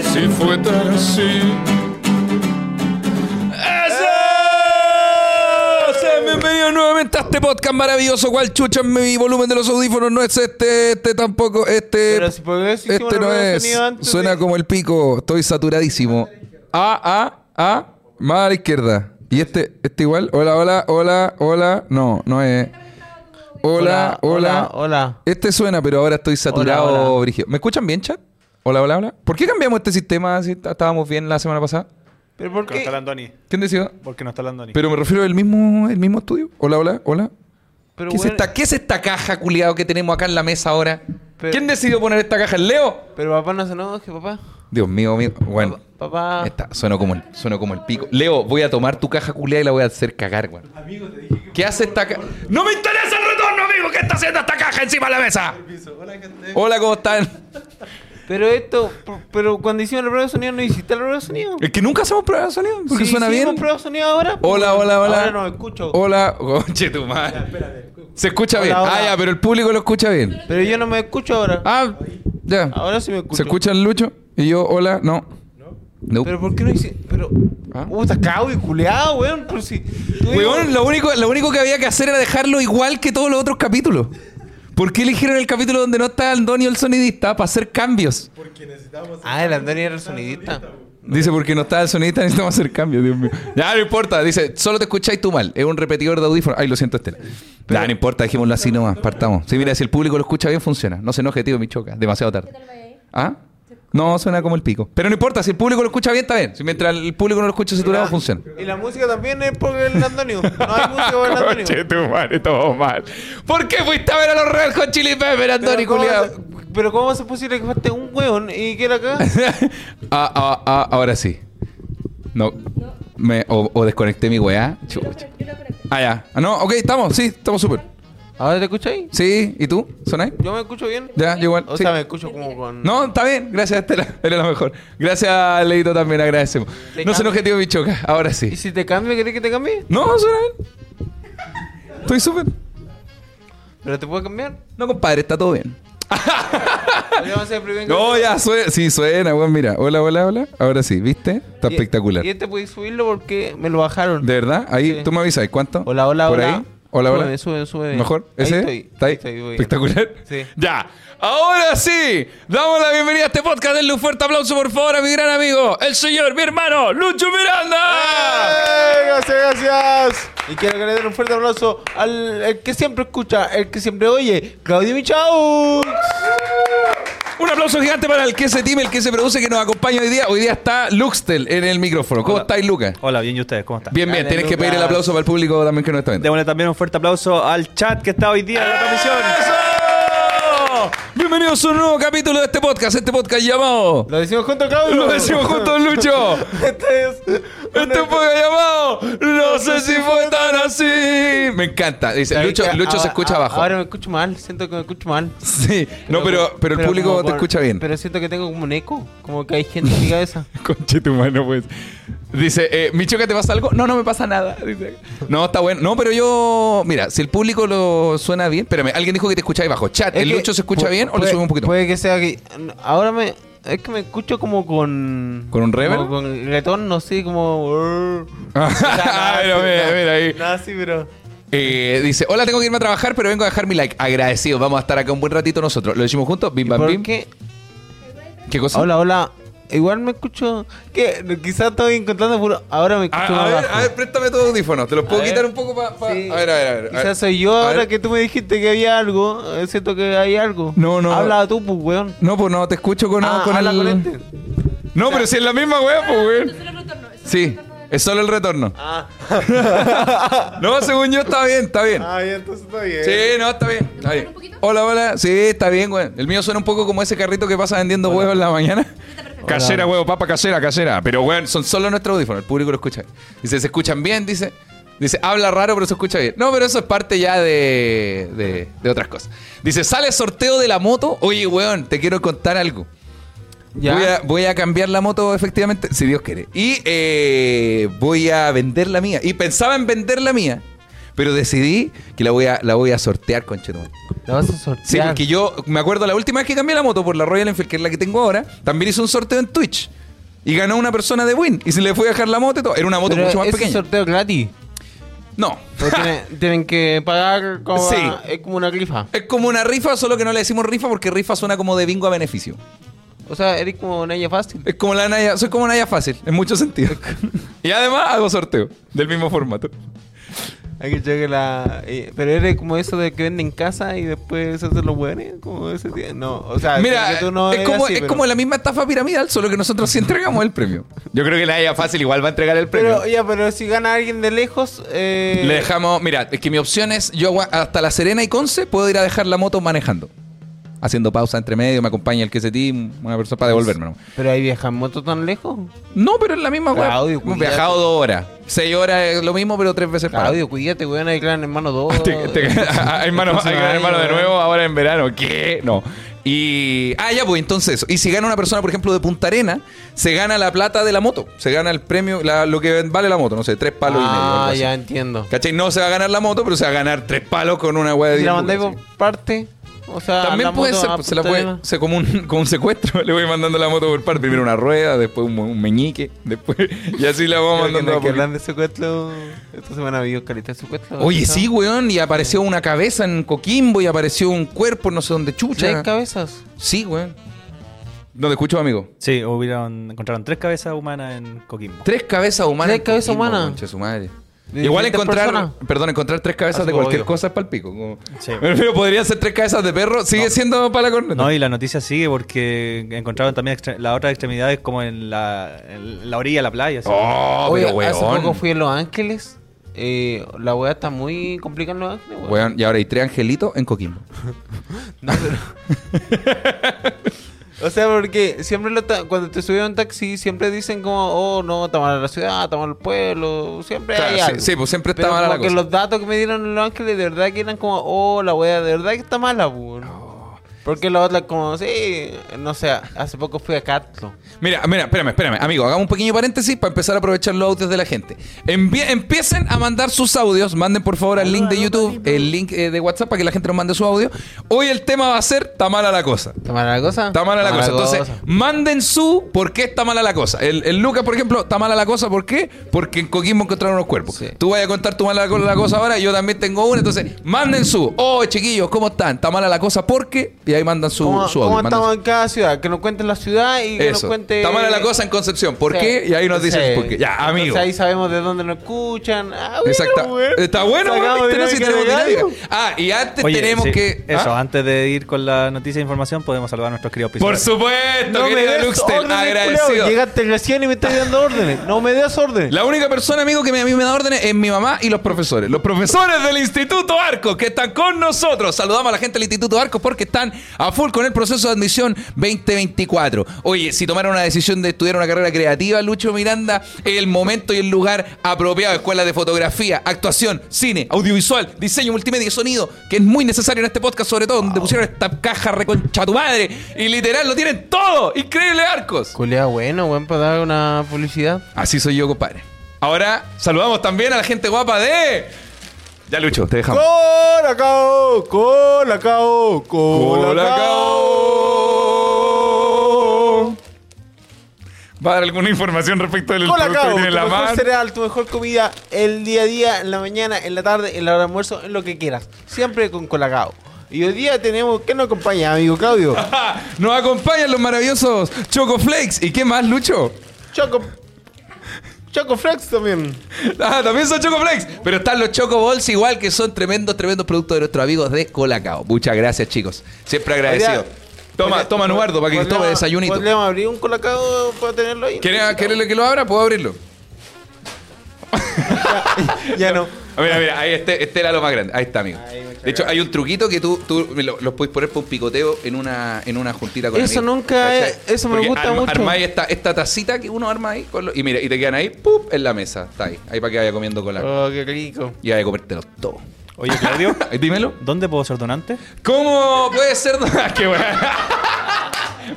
estar así. ¡Eso! Sean bienvenidos nuevamente a este podcast maravilloso. ¿Cuál chucha mi volumen de los audífonos? No es este, este tampoco, este. Pero si por qué hicimos este una no prueba de es. sonido antes Suena de- como el pico. Estoy saturadísimo. Ah, ah, ah. Más a la izquierda. ¿Y este, este igual? Hola, hola, hola, hola. No, no es. Hola, hola. hola. hola. Este suena, pero ahora estoy saturado, Hola, hola. brígido. ¿Me escuchan bien, chat? Hola, hola, hola. ¿Por qué cambiamos este sistema si ta- estábamos bien la semana pasada? ¿Pero por Porque no qué? está el Andoni. ¿Quién decidió? Porque no está el Andoni. Pero me refiero al mismo, el mismo estudio. Hola, hola, hola. Pero, ¿Qué, es weón, esta, qué es esta caja, culiado, que tenemos acá en la mesa ahora? Pero- ¿Quién decidió poner esta caja? ¿El Leo? pero papá no se enoje, papá. Dios mío, mío. Bueno, Papá- Papá. está, sueno, como el, sueno como el pico. Leo, voy a tomar tu caja culiada y la voy a hacer cagar, güey. Amigo, te dije que... ¿Qué hace esta caja? ¡No me interesa el retorno, amigo! ¿Qué está haciendo esta caja encima de la mesa? Hola, ¿cómo están? Pero esto, por- pero cuando hicimos la prueba de sonido, ¿no hiciste la prueba de sonido? Es que nunca hacemos pruebas de sonido, porque Sí, suena hicimos bien. prueba de sonido ahora? pues, Hola, hola, hola. Ahora no escucho. Hola, conche tu madre. Se escucha Hola, bien. Ah, hola. ya, pero el público lo escucha bien. Pero yo no me escucho ahora. Ah, ya. Ahora sí me escucho. ¿Se escucha el Lucho? Y yo, hola, no. No. Pero ¿por qué no hice? Pero. ¿Ah? Puta, cago y culeado, weón. Pero si. tú Weón, digo- lo único, lo único que había que hacer era dejarlo igual que todos los otros capítulos. ¿Por qué eligieron el capítulo donde no está Antonio el sonidista para hacer cambios? Ah, el Andoni era el sonidista. Dice, porque no está el sonidista, necesitamos hacer cambios, Dios mío. Ya, no importa. Dice, solo te escucháis tú mal. Es un repetidor de audífono. Ay, lo siento, Estela. Ya, no importa, dejémoslo así nomás. Partamos. Sí, mira, si el público lo escucha bien, funciona. No se enoje, tío, me choca. Demasiado tarde. ¿Ah? No, suena como el pico. Pero no importa, si el público lo escucha bien, está bien. Si mientras el público no lo escucha saturado, funciona. Y la música también es por el Antonio. No hay música por el Antonio. Conche tu madre, todo mal. ¿Por qué fuiste a ver a los Real con Chili Pepper, Antonio ¿cómo culiao? va a ser- pero ¿cómo va a ser posible que falte un weón y que era acá? ah, ah, ah, ahora sí. No. Me, o, o desconecté mi weá. Chucha. Ah, ya. Ah, no, ok, estamos, sí, estamos súper. ¿Ahora te escucho ahí? Sí, ¿y tú? ¿Sonáis? Yo me escucho bien. Ya, yo igual. O sí. sea, me escucho como con. No, está bien, gracias Estela, eres la mejor. Gracias Leito también, agradecemos. Te No se cambio. enoje tío Bichoca, ahora sí. ¿Y si te cambio, querés que te cambie? No, suena bien. Estoy súper. ¿Pero te puedo cambiar? No, compadre, está todo bien. ¿O le vas a hacer primero que- No, ya suena. Sí, suena, weón. Mira, hola, hola, hola. Ahora sí, ¿viste? Está Y- espectacular. Y este podéis subirlo porque me lo bajaron. ¿De verdad? Ahí, Sí. tú me avisas, ¿cuánto? Hola, hola, ¿Por hola. ahí? Hola, hola. Sube, sube, sube. ¿Mejor? Ahí ¿Ese? estoy, ¿Está ahí? ahí estoy, voy. ¿Espectacular? Sí. Ya. Ahora sí, damos la bienvenida a este podcast. Denle un fuerte aplauso, por favor, a mi gran amigo, el señor, mi hermano, Lucho Miranda. ¡Eh! Gracias, gracias. Y quiero que le den un fuerte aplauso al el que siempre escucha, el que siempre oye, Claudio Michau. Un aplauso gigante para el que se time, el que se produce, que nos acompaña hoy día. Hoy día está Luxtel en el micrófono. ¿Cómo estáis, Lucas? Hola, bien, ¿y ustedes? ¿Cómo están? Bien, bien. Dale, Tienes que Lucas. pedir el aplauso para el público también que nos está viendo. Démosle también un fuerte aplauso al chat que está hoy día en la transmisión. ¡Eso! Bienvenidos a un nuevo capítulo de este podcast, este podcast llamado. Lo decimos juntos, Claudio. Lo decimos juntos, Lucho. Este es. Este podcast llamado. No sé si fue tan así. Me encanta. Dice, Lucho, Lucho se escucha abajo. Ahora me escucho mal, siento que me escucho mal. Sí. No, pero, pero el como público te por- escucha bien. Pero siento que tengo como un eco, como que hay gente en mi cabeza. Conche tu mano, pues. Dice, eh, Michoca, ¿te pasa algo? No, no me pasa nada. Dice. No, está bueno. No, pero yo. Mira, si el público lo suena bien. Espérame, alguien dijo que te escucháis bajo. Chat, Es ¿el que Lucho se escucha pu- bien o le puede- subimos un poquito? Puede que sea que. Ahora me. Es que me escucho como con. ¿Con un reverb? como Con retorno, sí, como. Ah, mira, mira, mira ahí. Nada, sí, pero. Eh, dice, hola, tengo que irme a trabajar, pero vengo a dejar mi like. Agradecido, vamos a estar acá un buen ratito nosotros. Lo decimos juntos, bim bam ¿Por bim. qué? ¿Qué cosa? Hola, hola. Igual me escucho. ¿Qué? Quizás estoy encontrando puro. Ahora me escucho. Ah, A, a más ver, bajo. a ver, préstame tu audífono. Te los puedo A quitar ver. un poco para. Sí. A ver, a ver, a ver. Quizás soy yo A ahora ver. que tú me dijiste que había algo. eh, Siento que hay algo. No, no. Habla tú, pues, weón. No, pues no, te escucho con, Ah, con habla el. con este. No, pero si es la misma weá, pues weón. Sí, es Es... solo el retorno. Ah. No, según yo está bien, está bien. bien, entonces está bien. Sí, no, está bien. Está bien. Hola, hola. Sí, está bien, weón. El mío suena un poco como ese carrito que pasa vendiendo huevos en la mañana. Casera, huevo, papa casera, casera. Pero, weón, son solo nuestros audífonos. El público lo escucha. Dice, se escuchan bien, dice. Dice, habla raro, pero se escucha bien. No, pero eso es parte ya de, de, de otras cosas. Dice, sale sorteo de la moto. Oye, weón, te quiero contar algo. Ya. Voy, a, voy a cambiar la moto, efectivamente, si Dios quiere. Y eh, voy a vender la mía. Y pensaba en vender la mía, pero decidí que la voy a, la voy a sortear con La vas a sortear. Sí, porque yo me acuerdo la última vez que cambié la moto por la Royal Enfield, que es la que tengo ahora, también hice un sorteo en Twitch. Y ganó una persona de Win. Y se le fue a dejar la moto y todo. Era una moto Pero mucho más ese pequeña. sorteo es gratis. No. Pero tienen, tienen que pagar como, Sí. es como una grifa. Es como una rifa, solo que no le decimos rifa porque rifa suena como de bingo a beneficio. O sea, eres como Naya Fácil. Es como la Naya, soy como Naya fácil, en muchos sentidos. y además hago sorteo, del mismo formato. Hay que llegar la. eh, Pero eres como eso de que venden en casa y después se hacen los buenos. Como ese día. No, o sea, Mira, Ah, creo que tú no es, eres como, así, es pero- como la misma estafa piramidal, solo que nosotros sí entregamos el premio. Yo creo que la Naya fácil igual va a entregar el Pero, ya, pero si gana alguien de lejos. Eh... Le dejamos, mira, es que mi opción es, yo agua- hasta La Serena y Conce puedo ir a dejar la moto manejando. Haciendo pausa entre medio, me acompaña el que se ti, una persona para devolverme. No, Pero ahí viajan moto tan lejos. No, pero es la misma weá. Claudio, Hemos cuidado. viajado dos horas. Seis horas es lo mismo, pero tres veces para. Claudio, cuídate, weón. Ahí clan hermano 2. Te- te- hay hermano, hay gran hermano de nuevo ahora en verano. ¿Qué? No. Y. Ah, ya, pues entonces. eso. Y si gana una persona, por ejemplo, de Punta Arena, se gana la plata de la moto. Se gana el premio, la- lo que vale la moto, no sé, tres palos y medio. algo Ah, así. ya entiendo. ¿Cachai? No se va a ganar la moto, pero se va a ganar tres palos con una hueá de Si la 10 mandáis lucas, por sí. parte. O sea, También la puede moto ser, a pues, se la Punta puede, Arenas. se como un, como un secuestro, le voy mandando la moto por parte, primero una rueda, después un, un meñique, después, y así la vamos mandando Creo que no a hay que poquito. hablar de secuestro. Esta semana ha habido caleta de secuestro. Oye, sí, weón, y apareció una cabeza en Coquimbo y apareció un cuerpo, no sé dónde, Tres chucha. cabezas. Sí, weón. No te escucho, amigo. Sí, hubieron, encontraron tres cabezas humanas en Coquimbo. Tres cabezas humanas. Tres en cabezas Coquimbo, humanas. concha su madre. De Igual diferentes encontrar, personas. perdón, encontrar tres cabezas Ah, de cualquier obvio. cosa es palpico. como- Sí. Pero podría ser tres cabezas de perro, sigue siendo para la corneta. No, y la noticia sigue porque encontraron también extre- las otras extremidades como en la, en la orilla de la playa. así. Oh, Oye, pero hace poco weón. fui a Los Ángeles. Eh, la weá está muy complicada en Los Ángeles, weón. Weón, y ahora hay tres angelitos en Coquimbo. O sea, porque siempre lo ta- cuando te subes a un taxi, siempre dicen como, oh, no, está mala la ciudad, está mal el pueblo. Siempre Claro, hay sí, algo. sí, pues siempre está Pero mala como la que cosa. los datos que me dieron en Los Ángeles de verdad que eran como, oh, la weá, de verdad que está mala, weón. Oh. Porque la otra como, sí, no sé, hace poco fui a Catlo. Mira, mira, espérame, espérame. Amigo, hagamos un pequeño paréntesis para empezar a aprovechar los audios de la gente. Envi- empiecen a mandar sus audios. Manden, por favor, el link de YouTube, el link eh, de WhatsApp para que la gente nos mande su audio. Hoy el tema va a ser: está mala la cosa. ¿Está mala la cosa? Está mala la cosa. Entonces, manden su por qué está mala la cosa. El, el Lucas, por ejemplo, está mala la cosa. ¿Por qué? Porque en Coquimbo encontraron unos cuerpos. Sí. Tú vas a contar tu mala co- la cosa ahora. Yo también tengo una. Entonces, manden su. Oh, chiquillos, ¿cómo están? Está mala la cosa porque. Y ahí mandan su, ¿Cómo, su cómo audio. mandan estamos su- en cada ciudad? Que nos cuenten la ciudad y que Eso. nos cuenten... Está mala la cosa en Concepción. ¿Por qué? Y ahí nos dicen por qué. Ya, amigo. Entonces ahí sabemos de dónde nos escuchan. Ah, bueno, Exacta- weón. Está bueno, weón, Sacamos ¿viste? No, si dinámica tenemos de gallo. dinámica. Ah, y antes Oye, tenemos sí, que. Eso, ¿Ah? antes de ir con la noticia de información, podemos saludar a nuestros queridos Por pisadores. supuesto, No me querido des Luxtel, órdenes, agradecido. culiao. Llegaste recién y me estás dando órdenes. No me des órdenes. La única persona, amigo, que me- a mí me da órdenes es mi mamá y los profesores. Los profesores del Instituto Arcos que están con nosotros. Saludamos a la gente del Instituto Arcos porque están a full con el proceso de admisión 2024. Oye, si tomaron una decisión de estudiar una carrera creativa, Lucho Miranda, el momento y el lugar apropiado. Escuela de fotografía, actuación, cine, audiovisual, diseño, multimedia y sonido, que es muy necesario en este podcast, sobre todo donde pusieron esta caja reconcha tu madre. Y literal, lo tienen todo. Increíble Arcos. Culea, bueno, weón, para dar una publicidad. Así soy yo, compadre. Ahora saludamos también a la gente guapa de. Ya, Lucho, te dejamos. Colacao, colacao, Colacao. ¿Va a dar alguna información respecto del producto que Colacao, tiene tu en la mejor mano? cereal, tu mejor comida, el día a día, en la mañana, en la tarde, en la hora de almuerzo, en lo que quieras. Siempre con Colacao. Y hoy día tenemos, ¿qué nos acompaña, amigo Claudio? Ah, Nos acompañan los maravillosos Choco Flakes. ¿Y qué más, Lucho? Choco. Choco Flex también. Ah, también son Choco Flakes. Pero están los Choco Balls igual, que son tremendos, tremendos productos de nuestros amigos de Colacao. Muchas gracias, chicos. Siempre agradecido. Oiga, Toma, Podría- toma, Nubardo, para que podríamos- tome desayunito. Podríamos abrir un colacao para tenerlo ahí. ¿Quieres quieres que lo abra? ¿Puedo abrirlo? Ya no. Ah, Mira, mira, ahí este, este era lo más grande. Ahí está, amigo. Ay, muchas de hecho, hay un truquito que tú, tú lo- los puedes poner por un picoteo en una, en una juntita con Eso amigos. nunca ¿Cachai? es- eso me Porque gusta mucho. Armáis esta, esta tacita que uno arma ahí con lo- y mira, y te quedan ahí, ¡pup! en la mesa. Está ahí. Ahí para que vaya comiendo con la. Oh, qué rico. Y vaya a comértelo todo. Oye, Claudio, Dímelo. ¿dónde puedo ser donante? ¿Cómo puede ser? ¡Qué weá!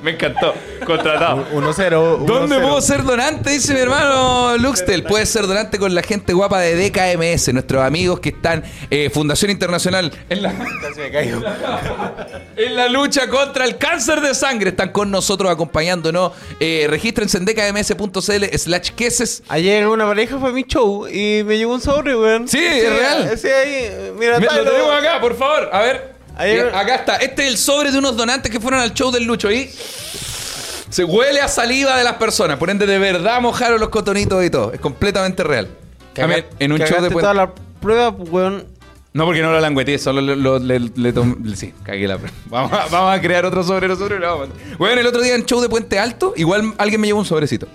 Me encantó. Contratado. 1-0. ¿Dónde puedo ser donante? Dice mi hermano Luxtel. Puedes ser donante con la gente guapa de DKMS, nuestros amigos que están eh, Fundación Internacional en la. Casi me caigo. En la lucha contra el cáncer de sangre están con nosotros acompañándonos. Eh, regístrense en decadms.cl slash queses. Ayer una pareja fue a mi show y me llegó un sobre, weón. Sí, es real. Sí, ahí, mira, Me- Lo tráelo. tenemos acá, por favor. A ver. Ahí- Mira, acá está. Este es el sobre de unos donantes que fueron al show del Lucho y se huele a saliva de las personas. Por ende, de verdad mojaron los cotonitos y todo. Es completamente real. A ver, en un show de Cagaste puente- toda la prueba, weón. No, porque no lo langueteé, solo lo- lo- le, le tom- le- Sí, cagué la prueba. Vamos a, vamos a crear otro sobre nosotros. y lo vamos a- Bueno, el otro día en show de Puente Alto, igual alguien me llevó un sobrecito.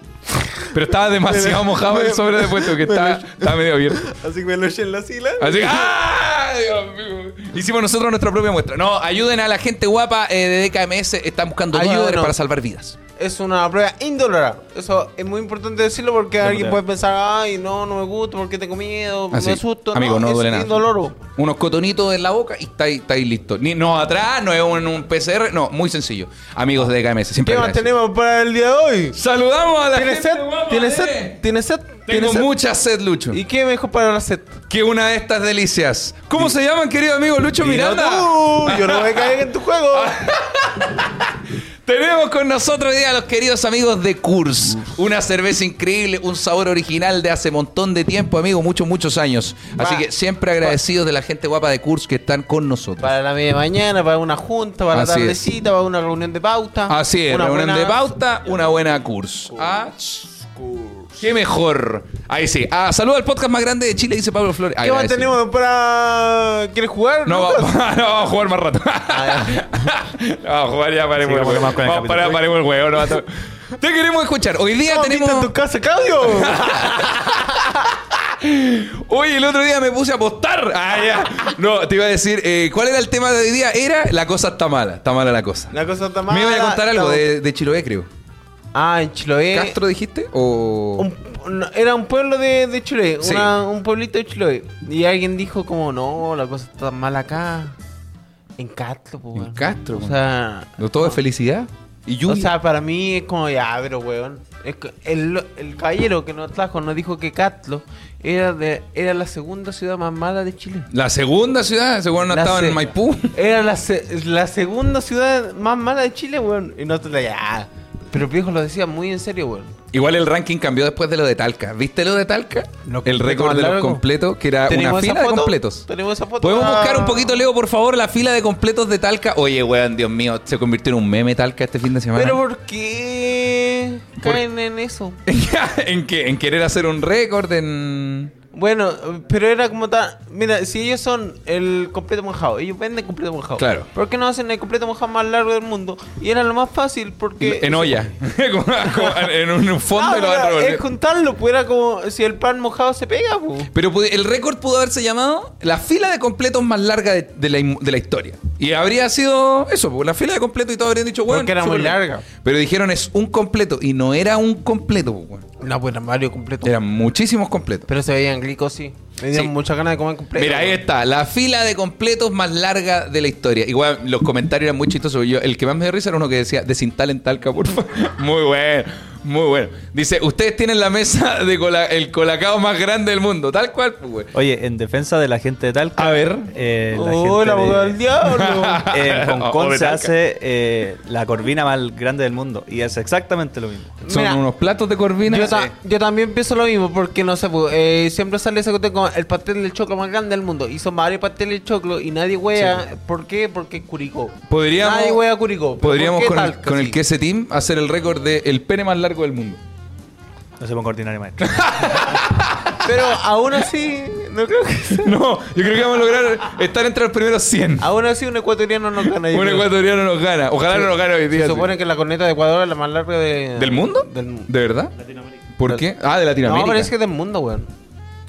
Pero estaba demasiado mojado el sobre de Puente, que estaba, estaba medio abierto. Así que me lo eché en la sila. Así que, ¡ah! Dios mío. Hicimos nosotros nuestra propia muestra. No, ayuden a la gente guapa eh, de DKMS. Están buscando Ayúdenos. ayudas para salvar vidas. Es una prueba indolora. Eso es muy importante decirlo porque alguien verdad. puede pensar, ay, no, no me gusta, ¿por qué tengo miedo? Así, me asusto. Ah, Amigo, no, es duele nada. Indoloro. Unos cotonitos en la boca y estáis está listos. Ni, no atrás, no es un, un PCR. No, muy sencillo. Amigos de DKMS, siempre ¿Qué más agradecido. tenemos para el día de hoy? Saludamos a la ¿Tienes gente set? guapa, ¿Tienes eh. set? ¿Tienes set? Tengo ¿Tienes sed? mucha sed, Lucho. ¿Y qué mejor para la set? que una de estas delicias. ¿Cómo se llaman, querido amigo Lucho Mira Miranda? tú, yo no voy a caer en tu juego. Tenemos con nosotros hoy día a los queridos amigos de Kurs. Una cerveza increíble, un sabor original de hace montón de tiempo, amigo, muchos, muchos años. Así Va. que siempre agradecidos de la gente guapa de Kurs que están con nosotros. para la media mañana, para una junta, para Así la es. tardecita, para una reunión de pauta. Así es, una reunión buena- de pauta, una buena Kurs. Ah, qué mejor. Ahí sí. Ah, saluda al podcast más grande de Chile, dice Pablo Flores. ¿Qué más Agradecido. tenemos para. ¿Quieres jugar? No, va- Lucas? no, vamos a jugar más rato. no, vamos a jugar ya, paremos Sigamos el juego. nomás con el Vamos, para, capítulo. paremos el juego. no va a to- Te queremos escuchar. Hoy día ¿Cómo tenemos... viste en tu casa, Claudio? Oye, el otro día me puse a apostar. Ah, ya. No, te iba a decir, eh, ¿cuál era el tema de hoy día? Era la cosa está mala. Está mala la cosa. La cosa está Me mala. iba a contar algo estamos- de, de Chiloé, creo. Ah, en Chiloé. ¿Castro dijiste? ¿O.? un- no, era un pueblo de, de Chiloé, Sí. una- un pueblito de Chiloé. Y alguien dijo como, no, la cosa está mal acá. En Castro, pues, En weón. Castro, O weón. sea, ¿No todo es felicidad? ¿Y o lluvia? sea, para mí es como, ya, pero, weón. Es que el, el caballero que nos trajo nos dijo que Castro era, de, era la segunda ciudad más mala de Chile. la segunda ciudad, seguro no La estaba se- en Maipú. Era la, se- la segunda ciudad más mala de Chile, weón. Y nosotros, ya. Pero el viejo lo decía muy en serio, weón. Igual el ranking cambió después de lo de Talca. ¿Viste lo de Talca? No, el récord más de los largo. completos, que era Ah, una ¿Tenemos esa fila de foto? completos. Tenemos esa foto. ¿Podemos buscar Ah. un poquito, Leo, por favor, la fila de completos de Talca? Oye, weón, Dios mío, se convirtió en un meme Talca este fin de semana. Pero ¿por qué caen en eso? ¿En qué? ¿En querer hacer un récord? En... Bueno, pero era como tal. Mira, si ellos son el completo mojado, ellos venden completo mojado. Claro. ¿Por qué no hacen el completo mojado más largo del mundo? Y era lo más fácil porque. eh, En olla. Como- como en un fondo Ah, y lo van a pero revolver. Es juntarlo, pues era como si el pan mojado se pega, pues. Pero pudi- el récord pudo haberse llamado la fila de completos más larga de, de la, im- de la historia. Y habría sido eso, pues, la fila de completos y todos habrían dicho, bueno. Porque era muy larga. Pero dijeron es un completo y no era un completo, pues, weón. No, pues eran varios completos. Eran muchísimos completos. Pero se veían ricos, sí. Me dieron Sí. muchas ganas de comer completo. Mira, ahí está, la fila de completos más larga de la historia. Igual, los comentarios eran muy chistosos. Yo, el que más me dio risa era uno que decía, desinstalen en Talca, por favor. Muy bueno, muy bueno. Dice, ustedes tienen la mesa de cola- el colacao más grande del mundo. Tal cual, pues, güey. Oye, en defensa de la gente de Talca. A ver. eh, la ¡Oh, el gente de- abogado del diablo! En Hong O Kong de se Talca. hace eh, la corvina más grande del mundo y es exactamente lo mismo. Son Mira, unos platos de corvina. Yo, ta- Eh, yo también pienso lo mismo, porque no sé, pues, eh, siempre sale ese cuento con el pastel del choclo más grande del mundo. Y son varios pasteles de choclo y nadie wea. ¿Por qué? Porque es Curicó. pues. Podríamos- Nadie wea Curicó. ¿Pero Podríamos por qué con el, Talca, con el sí? que ese team hacer el récord de el pene más largo del mundo. No se ponga ordinario, maestro. Pero aún así, no creo que sea. No, yo creo que vamos a lograr estar entre los primeros 100. Aún así, un ecuatoriano no gana. yo Un creo. ecuatoriano nos gana. Ojalá no nos gane hoy día. Se Ah, sí. supone que la corneta de Ecuador es la más larga de- ¿Del mundo? Del mundo. ¿De verdad? ¿Por qué? Ah, de No, Latinoamérica. pero es que del mundo, weón.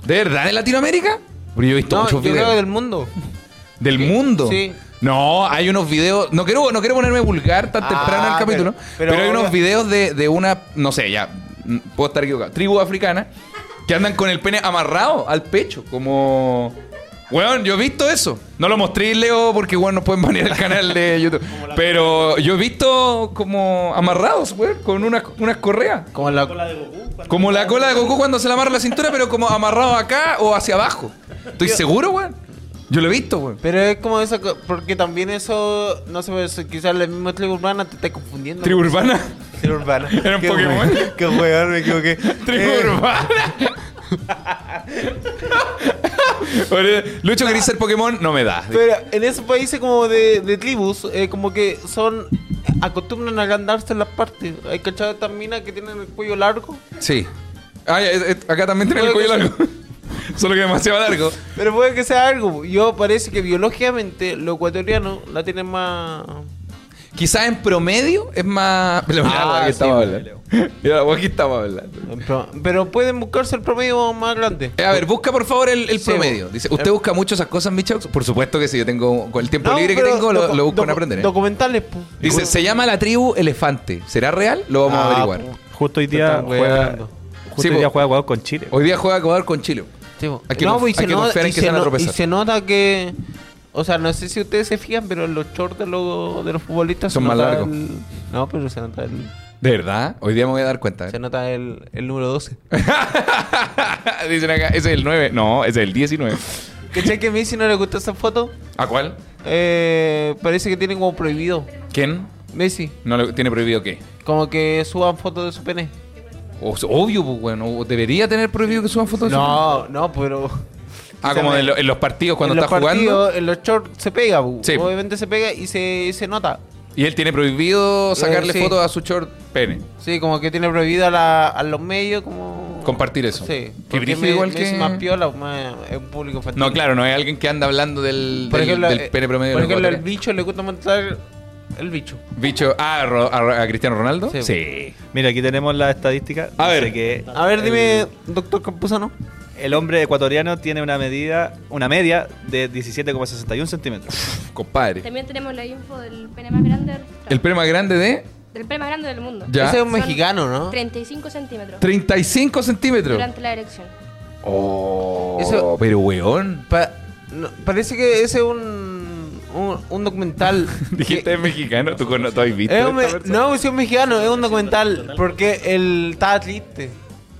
¿De verdad de Latinoamérica? Porque yo he visto No, yo muchos creo videos. que Del... del mundo. mundo? Sí. No, hay unos videos. No quiero, no quiero ponerme vulgar tan Ah, temprano en el capítulo. Pero, pero- pero- hay unos videos de, de una. No sé, ya. mm, Puedo estar equivocado. Tribu africana. Que andan con el pene amarrado al pecho. Como. Weón, yo he visto eso. No lo mostré, Leo, porque weón no pueden banear el canal de YouTube. Pero yo he visto como amarrados, weón, con unas, unas correas. Como la, Como la cola de Goku cuando se la amarra la cintura, pero como amarrado acá o hacia abajo. Estoy seguro, weón. Yo lo he visto, weón. Pero es como eso, co- porque también eso, no sé, pues, quizás la misma tribu urbana te está confundiendo. Tribu urbana. Tribu urbana. ¿Era un Qué Pokémon? weón, Qué weón, me equivoqué. Tribu Eh, urbana. Oye, Lucho, ¿querés ser Pokémon? No me da. Pero en esos países como de, de tribus, eh, como que son, acostumbran a agrandarse las partes. Hay cachado estas minas que tienen el cuello largo. Sí. Ah, ya, eh, eh, acá también tiene el Puede cuello que largo. Solo que demasiado largo. Pero puede que sea algo. Yo parece que biológicamente los ecuatorianos la tienen más... Quizás en promedio es más. Pero mira, la Ah, que sí, estaba vale. hablando. Mira, la guay que estaba hablando. Pero pueden buscarse el promedio más grande. Eh, a ver, busca por favor el, el Sí, promedio. bo- Dice, ¿usted eh, busca mucho esas cosas, Michaux? Por supuesto que sí, yo tengo. Con el tiempo libre que pero tengo, lo, docu- lo busco en docu- aprender. eh. Documentales, po. Dice, se llama la tribu elefante. ¿Será real? Lo vamos a Ah, averiguar. pu- Justo hoy Te día están juega. weando. Justo Sí, hoy po. día juega Ecuador con Chile. Hoy día juega Ecuador con Chile. Sí, po. Hay que No, conf- po, y hay que se nota- confiar en y que se van a no- tropezar. Y se nota que... O sea, no sé si ustedes se fijan, pero los shorts de los, de los futbolistas... se Son más nota largos. el- No, pero se nota el... ¿De verdad? Hoy día me voy a dar cuenta. eh. Se nota el, el número 12. Dicen acá, ese es el 9. No, ese es el 19. ¿Cachai que a Messi no le gustó esa foto? ¿A cuál? Eh, parece que tienen como prohibido. ¿Quién? Messi, No le- tiene prohibido qué. como que suban fotos de su pene. O- obvio, pues, bueno, debería tener prohibido que suban fotos. de su- No, no, pero. Ah, como de lo- en los partidos cuando en está los jugando. partidos, En los shorts se pega, bu. Sí. obviamente se pega y se, se nota. Y él tiene prohibido sacarle Eh, sí. fotos a su short pene. Sí, como que tiene prohibido a, la- a los medios como. Compartir eso. Sí. Que porque brígido me- igual Messi que- más piola, más- es eh, un público infantil. No, claro, no hay alguien que anda hablando del, Por del- ejemplo, del eh, pene promedio. por de los ejemplo, al jugadores. bicho le gusta montar el bicho. Bicho, ah, a Ro- a, Ro- a Cristiano Ronaldo. Sí. Mira, aquí tenemos la estadística. A Dice ver. que A ver, dime, doctor Campuzano. el hombre ecuatoriano tiene una medida, una media de 17,61 centímetros. Pff, Compadre. También tenemos la info del pene más grande registrado. El pene más grande de del pene más grande del mundo. Ya. Ese es un Son mexicano, ¿no? 35 centímetros 35 centímetros. durante la erección. Oh, Eso- pero weón. Pa- no, parece que ese es un, un, un documental. Dijiste que- es mexicano, tú cono- tú has visto. es un me- esta persona? no, es un mexicano, es un documental. Porque él estaba triste.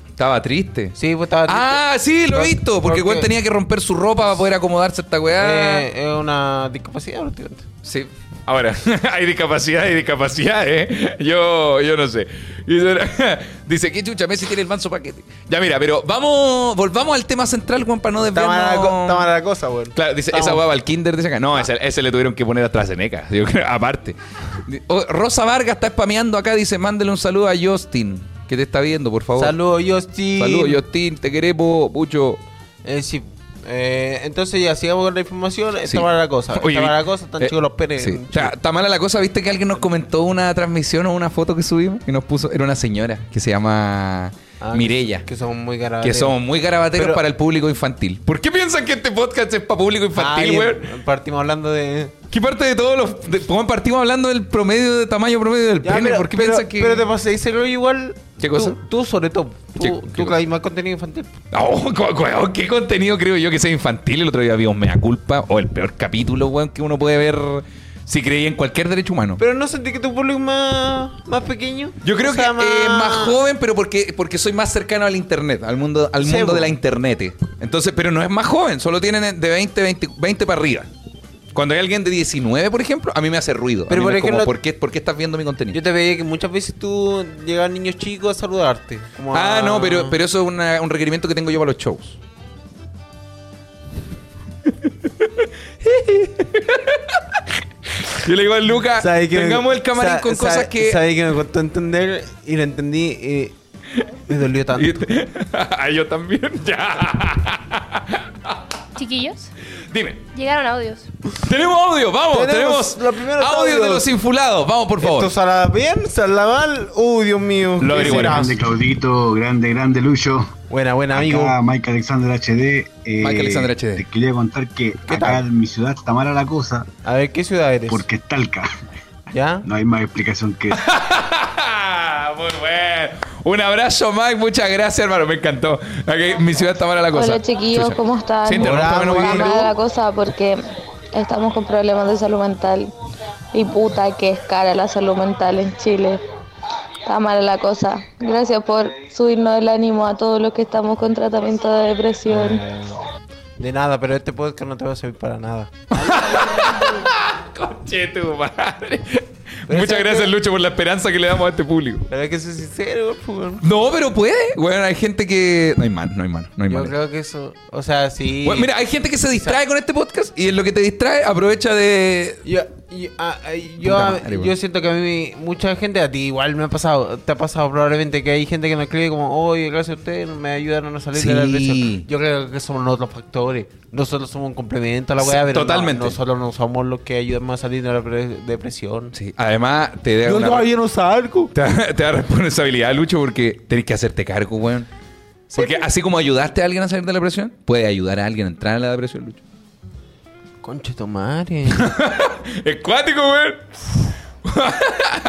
Estaba triste. Sí, pues estaba triste. Ah, sí, lo he visto. Porque Porque- igual tenía que romper su ropa para poder acomodarse a esta weá. Eh, es una discapacidad, prácticamente. Sí. Ahora, hay discapacidad y discapacidad, ¿eh? Yo, yo no sé. Dice, dice, ¿qué chucha? Messi tiene el manso paquete. Ya, mira, pero vamos, volvamos al tema central, Juan, para no Está mala, la co- está desviarnos. mala la cosa, weón. Claro, dice, esa Estamos- Ah. guapa al kinder, dice acá. No, ese, ese le tuvieron que poner a Traseneca, yo creo, aparte. Di- oh, Rosa Vargas está spameando acá, dice, mándele un saludo a Justin, que te está viendo, por favor. Saludos, Justin. Saludos, Justin, te queremos mucho. Eh, sí. Eh, entonces ya, sigamos con la información. Está Sí. mala la cosa. Oye, está mala vi- la cosa, están eh, chicos los penes. sí. O sea, está mala la cosa, viste que alguien nos comentó una transmisión o una foto que subimos y nos puso, era una señora que se llama Ah, Mirella. Que son muy Que garabateros. somos muy garabateros Pero- para el público infantil. ¿Por qué piensan que este podcast es para público Ah, infantil, bien, weón? Partimos hablando de. ¿Qué parte de todos los. de- Juan, partimos hablando del promedio, de tamaño promedio del Ya, pene? pero- ¿Por qué pero, piensan que.? Pero te pasé, díselo igual. ¿Qué tú- cosa? Tú, sobre todo. Tú, ¿Qué- tú qué que cosa? hay más contenido infantil. Oh, co- weón, qué contenido creo yo que sea infantil. El otro día había un mea culpa o el peor capítulo, weón, que uno puede ver si creía en cualquier derecho humano. Pero no sentí que tu público es más, más pequeño. Yo creo O sea, que eh, más joven, pero porque, porque soy más cercano al internet, al mundo, al Sí, mundo po. de la internet. eh. Entonces, pero no es más joven, solo tienen de 20, 20, 20 para arriba. Cuando hay alguien de 19, por ejemplo, a mí me hace ruido. Pero, Pero por ejemplo- ¿por, qué, ¿por qué estás viendo mi contenido? Yo te veía que muchas veces tú llegaban niños chicos a saludarte. como Ah, a- no, pero, pero eso es una- un requerimiento que tengo yo para los shows. yo le digo a Lucas, ¿Sabes qué me- tengamos el camarín sa- con sa- cosas que... ¿Sabes que me costó entender y lo entendí y me dolió tanto? Y- Ah, yo también, ya. Chiquillos, Dime, llegaron audios. tenemos audio, vamos, tenemos, Tenemos los primeros audio de audios. los infulados, vamos por favor. ¿Esto sale bien? ¿Sale mal? ¡Uh, Dios mío! Lo ¿Qué averiguaremos. Grande será? Claudito, grande, grande Lucho. Buena, buena, amigo. Acá Mike Alexander HD. eh, Mike Alexander HD. Te quería contar que acá tal? en mi ciudad está mala la cosa A ver, ¿qué ciudad eres? porque es Talca. ¿Ya? No hay más explicación que eso. Ah, Muy bueno. Un abrazo, Mike, muchas gracias, hermano, me encantó. Ok, mi ciudad está mala la cosa. Hola chiquillos, Chucha. ¿cómo están? Sí, interrumpe, Hola, bueno, muy Está bueno. mala la cosa porque estamos con problemas de salud mental y puta que es cara la salud mental en Chile. Está mala la cosa. Eh. Gracias por subirnos el ánimo a todos los que estamos con tratamiento de depresión. De nada, pero este podcast no te va a servir para nada. Conche tu madre. Pero Muchas ¿sabes gracias, qué? Lucho, por la esperanza que le damos a este público. Pero hay que ser sincero, por favor. No, pero puede. Bueno, hay gente que. No hay mano, no hay mano, no hay Yo mano. creo que eso. O sea, sí. Bueno, mira, hay gente que se distrae con este podcast y en lo que te distrae aprovecha de. Yo, yo, ah, ah, yo, Puta madre, yo weón. siento que a mí, mucha gente, a ti igual me ha pasado, te ha pasado probablemente que hay gente que me escribe como, oye, gracias a ustedes, me ayudaron a salir de la Sí. depresión. Yo creo que somos los factores. Nosotros somos un complemento a la Sí, weá, pero totalmente. no, nosotros no somos los que ayudamos a salir de la pre- depresión. Sí, además te da. una- no salgo. Te da, te da responsabilidad, Lucho, porque tenés que hacerte cargo, weón. Porque así como ayudaste a alguien a salir de la depresión, puede ayudar a alguien a entrar en la depresión, Lucho. Conche tu madre. Es cuático, weón.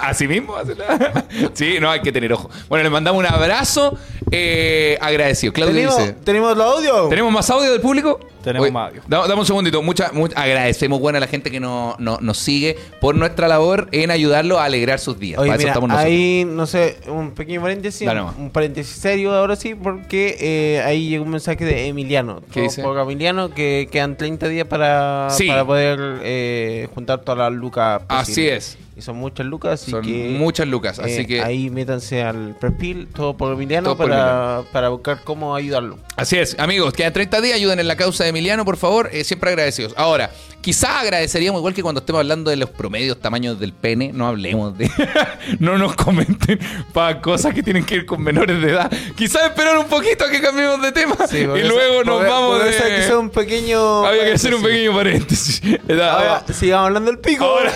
Así mismo. así la- Sí, no, hay que tener ojo. Bueno, le mandamos un abrazo eh, agradecido. Claudio dice... ¿Tenemos, ¿Tenemos el audio? ¿Tenemos más audio del público? Tenemos más audio. da- Dame, un segundito. Mucha, mucha- agradecemos, bueno, a la gente que no- no- nos sigue por nuestra labor en ayudarlo a alegrar sus días. Oye, Para eso mira, estamos nosotros. ahí, no sé, un pequeño paréntesis, Dale nomás. un paréntesis serio ahora sí, porque eh, ahí llegó un mensaje de Emiliano, ¿Qué dice? por Emiliano, que quedan 30 días para, Sí. para poder eh, juntar todas las lucas. Así es. posibles. Y son muchas lucas, así Son que... muchas lucas, así eh, que... Ahí métanse al perfil, todo por Emiliano, Todo por para, para buscar cómo ayudarlo. Así es, amigos, quedan 30 días, ayuden en la causa de Emiliano, por favor, eh, siempre agradecidos. Ahora, quizás agradeceríamos, igual que cuando estemos hablando de los promedios, tamaños del pene, no hablemos de... no nos comenten para cosas que tienen que ir con menores de edad. Quizás esperar un poquito a que cambiemos de tema Sí, y porque luego eso- nos porque- vamos porque de... eso hay que hacer un pequeño... Había que hacer un paréntesis. pequeño paréntesis. Era- Ahora, sigamos hablando del pico. Ahora,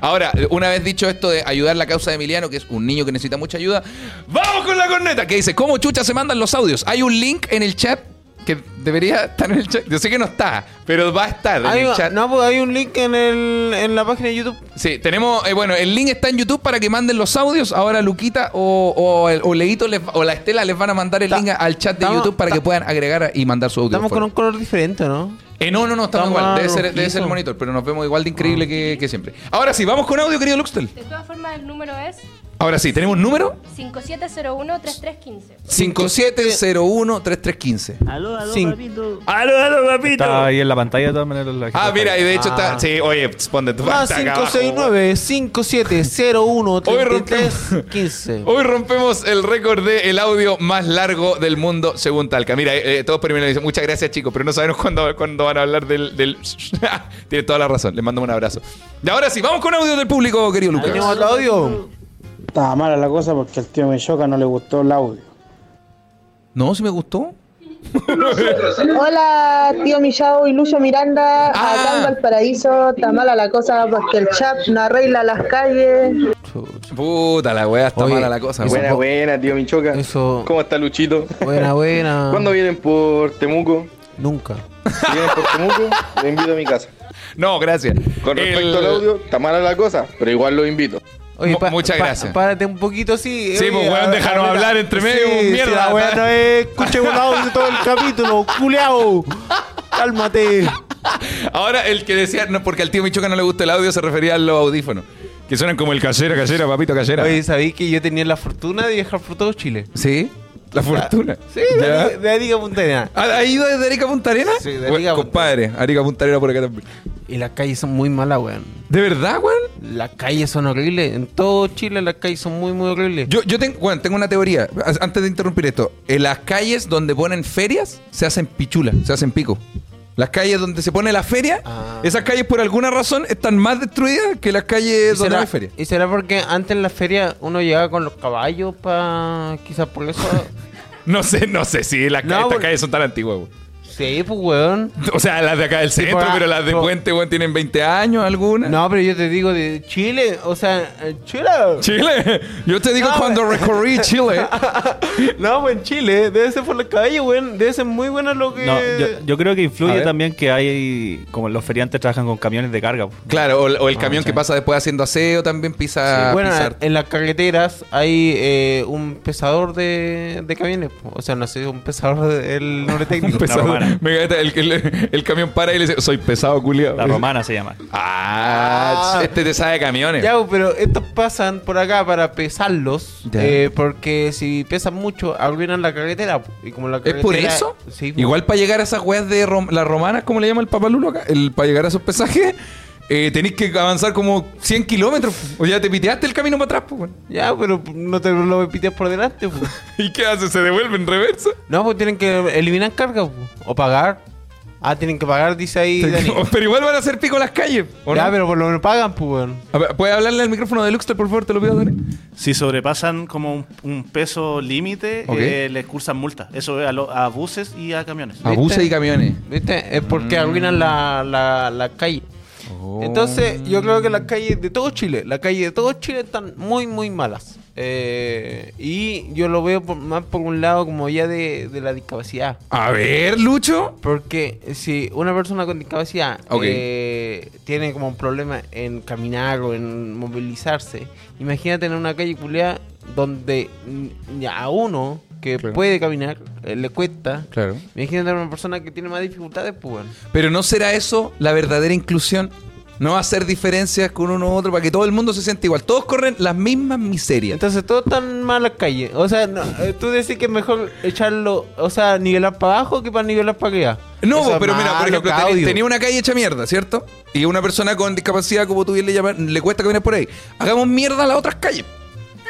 ahora, una vez dicho esto de ayudar la causa de Emiliano, que es un niño que necesita mucha ayuda, ¡vamos con la corneta! Que dice, ¿cómo chucha se mandan los audios? Hay un link en el chat que debería estar en el chat. Yo sé que no está, pero va a estar en Hay, el chat. no, pues hay un link en, el, en la página de YouTube. Sí, tenemos, eh, bueno, el link está en YouTube para que manden los audios. Ahora Luquita o, o el- o Leito les- o la Estela les van a mandar el Ta- link al chat de estamos- YouTube para que ta- puedan agregar y mandar su audio. Estamos con Fuera. un color diferente, ¿no? Eh, no, no, no, estamos Estamos Ah. igual. Debe ser, rojizo. debe ser el monitor, pero nos vemos igual de increíble que, que siempre. Ahora sí, vamos con audio, querido Luxtel. De todas formas, el número es Ahora sí, ¿tenemos un número? 5701-3315. 5701-3315. Aló, aló, Sin- papito. ¡Aló, aló, papito! Está ahí en la pantalla de todas maneras. la gente Ah, mira, y de hecho Ah. está... Sí, oye, ponte tu Más pata acá abajo. 569 5701 Hoy rompemos, 15 hoy rompemos el récord de el audio más largo del mundo según Talca. Mira, eh, eh, todos primero dicen muchas gracias chicos, pero no sabemos cuándo, cuándo van a hablar del... del... Ah, Tiene toda la razón, les mando un abrazo. Y ahora sí, vamos con audio del público, querido Lucas. ¿Tenemos el audio? Estaba mala la cosa porque al tío Michoca no le gustó el audio. No, si me gustó. Hola, tío Millao y Lucho Miranda, Ah. acá en Valparaíso. Está mala la cosa porque el chat no arregla las calles. Puta, la weá está Oye, mala la cosa. eso- weón. Buena, buena, tío Michoca. Eso- ¿Cómo está Luchito? Buena, buena. ¿Cuándo vienen por Temuco? Nunca. Si vienen por Temuco, los invito a mi casa. No, gracias. Con respecto El- al audio, está mala la cosa, pero igual los invito. Mu- muchas gracias. Párate un poquito así. Sí, pues, weón, déjanos hablar entre medio, mierda. la weá no es, escuché un audio todo el capítulo, culeao. Cálmate. Ahora, el que decía, no, porque al tío Michoca no le gusta el audio, se refería a los audífonos. Que suenan como el casera, casera, papito, casera. Oye, ¿sabéis que yo tenía la fortuna de viajar por todo Chile? Sí, Ah, la fortuna. Sí, Ya. de, de Arica a Punta Arenas. ¿Ha, ha ido desde Arica a Punta Arena? Sí, de Bueno, Arica a Punta Compadre, Arica a Punta Arena por acá también. Y las calles son muy malas, weón. ¿De verdad, weón? Las calles son horribles. En todo Chile las calles son muy, muy horribles. Yo, yo tengo, bueno, tengo una teoría. As- Antes de interrumpir esto, en las calles donde ponen ferias se hacen pichula, se hacen pico. Las calles donde se pone la feria, Ah. esas calles por alguna razón están más destruidas que las calles ¿Y donde no será, hay feria. y será porque antes en la feria uno llegaba con los caballos para... Quizás por eso... No sé, no sé si las No, pues. ca- estas porque- calles son tan antiguas, weón. sí, pues, weón. O sea, las de acá del centro, por- pero las de por- Puente, weón, tienen 20 años algunas. pues, ah, No, pero yo te digo de Chile. O sea, en Chile. Chile, yo te digo No, cuando weón. recorrí Chile. no, pues en Chile. Debe ser por los caballos, weón. Debe ser muy bueno lo que... No, yo, yo creo que A influye ver. también que hay, como los feriantes trabajan con camiones de carga. po. Claro, o, o el camión que pasa después haciendo aseo también pisa. bueno, pisar. en las carreteras hay eh, un pesador de, de camiones. po. O sea, no sé, un pesador del nombre técnico. Un pesador. Una romana. Me encanta, el, el- el camión para y le dice, soy pesado, culiao. La romana se llama. Ah, Ah. ch- este te sabe de camiones. Ya, pero estos pasan por acá para pesarlos. Ya. eh, porque si pesan mucho, arruinan la carretera. po. Y como la ¿Es carretera por eso? Sí, po. Igual para llegar a esas weas de rom- las romanas, como le llama el papalulo acá, el, para llegar a esos pesajes, eh, tenéis que avanzar como 100 kilómetros. O ya te piteaste el camino para atrás, pues, weón. Ya, pero no te lo piteas por delante. po. ¿Y qué hace? ¿Se devuelve en reversa? no, pues tienen que eliminar carga po. o pagar. Ah, tienen que pagar, dice ahí Dani. Pero igual van a hacer pico las calles. ¿o Ya, no? pero por lo menos pagan, pues, weón. A ver, ¿Puedes hablarle al micrófono de Luxtel, por favor? Te lo pido, Dani. Si sobrepasan como un, un peso límite, Ok. eh, le cursan multa. Eso es a, lo- a buses y a camiones. Ah. Abuses y camiones. ¿Viste? Es porque Mm. arruinan la, la, la calle. Oh. Oh. Entonces, yo creo que las calles de todo Chile, las calles de todo Chile están muy, muy malas. Eh, y yo lo veo por- más por un lado como ya de, de la discapacidad. A ver, Lucho. Porque si una persona con discapacidad Ok. eh, tiene como un problema en caminar o en movilizarse, imagínate en una calle culeada donde mm, a uno que Claro. puede caminar eh, le cuesta. Claro. Imagínate a una persona que tiene más dificultades, pues bueno. Pero ¿no será eso la verdadera inclusión? No hacer diferencias con uno u otro para que todo el mundo se sienta igual. Todos corren las mismas miserias. Entonces todo tan mal la calle. O sea, no, eh, tú decís que es mejor echarlo, o sea, nivelar para abajo que para nivelar para arriba. No, Eso es pero mira, malo, por ejemplo, teni- Claudio. tenía una calle hecha mierda, ¿cierto? Y una persona con discapacidad, como tú bien le llamas, le cuesta caminar por ahí. Hagamos mierda a las otras calles.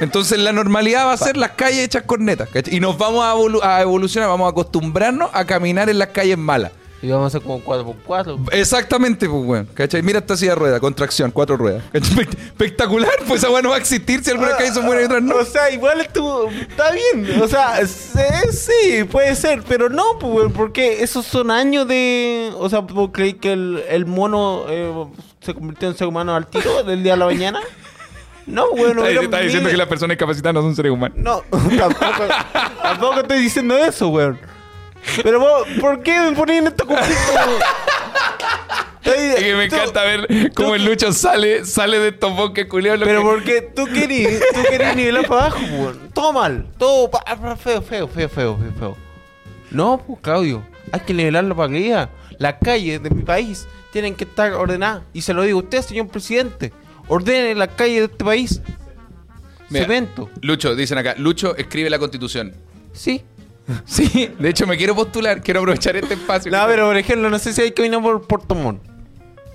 Entonces la normalidad va a ser las calles hechas cornetas, ¿cachai? Y nos vamos a, evolu- a evolucionar, vamos a acostumbrarnos a caminar en las calles malas. Y vamos a hacer como 4x4. Exactamente, pues, weón. ¿Cachai? Mira esta silla de rueda, contracción, cuatro ruedas. ¿Cachai? Espe- Espectacular, pues esa weá no va a existir si algunas calles son buenas y otras no. O sea, igual estuvo. Está bien. O sea, sí, sí, puede ser. Pero no, pues, weón, porque esos son años de. O sea, ¿vos creí que el, el mono eh, se convirtió en ser humano al tiro del día a la mañana? No, bueno. Está, eran está diciendo miles- que las personas discapacitadas no son seres humanos. No, tampoco, tampoco estoy diciendo eso, weón. Pero vos, ¿por qué me ponen en estos conflictos? weón? Estoy- Es que me tú- encanta ver cómo el Lucho sale, sale de estos bosques culiados. Pero porque tú querías, tú querías nivelar para abajo, weón. Todo mal, todo pa- pa- feo, feo, feo, feo, feo, feo. No, pues Claudio, hay que nivelarlo para arriba. Las calles de mi país tienen que estar ordenadas. Y se lo digo a usted, señor presidente. Ordene las calles de este país. Mira. Cemento. Lucho, dicen acá, Lucho escribe la constitución. Sí. Sí, de hecho me quiero postular, quiero aprovechar este espacio. No, pero por ejemplo, no sé si hay que caminar por Puerto Montt.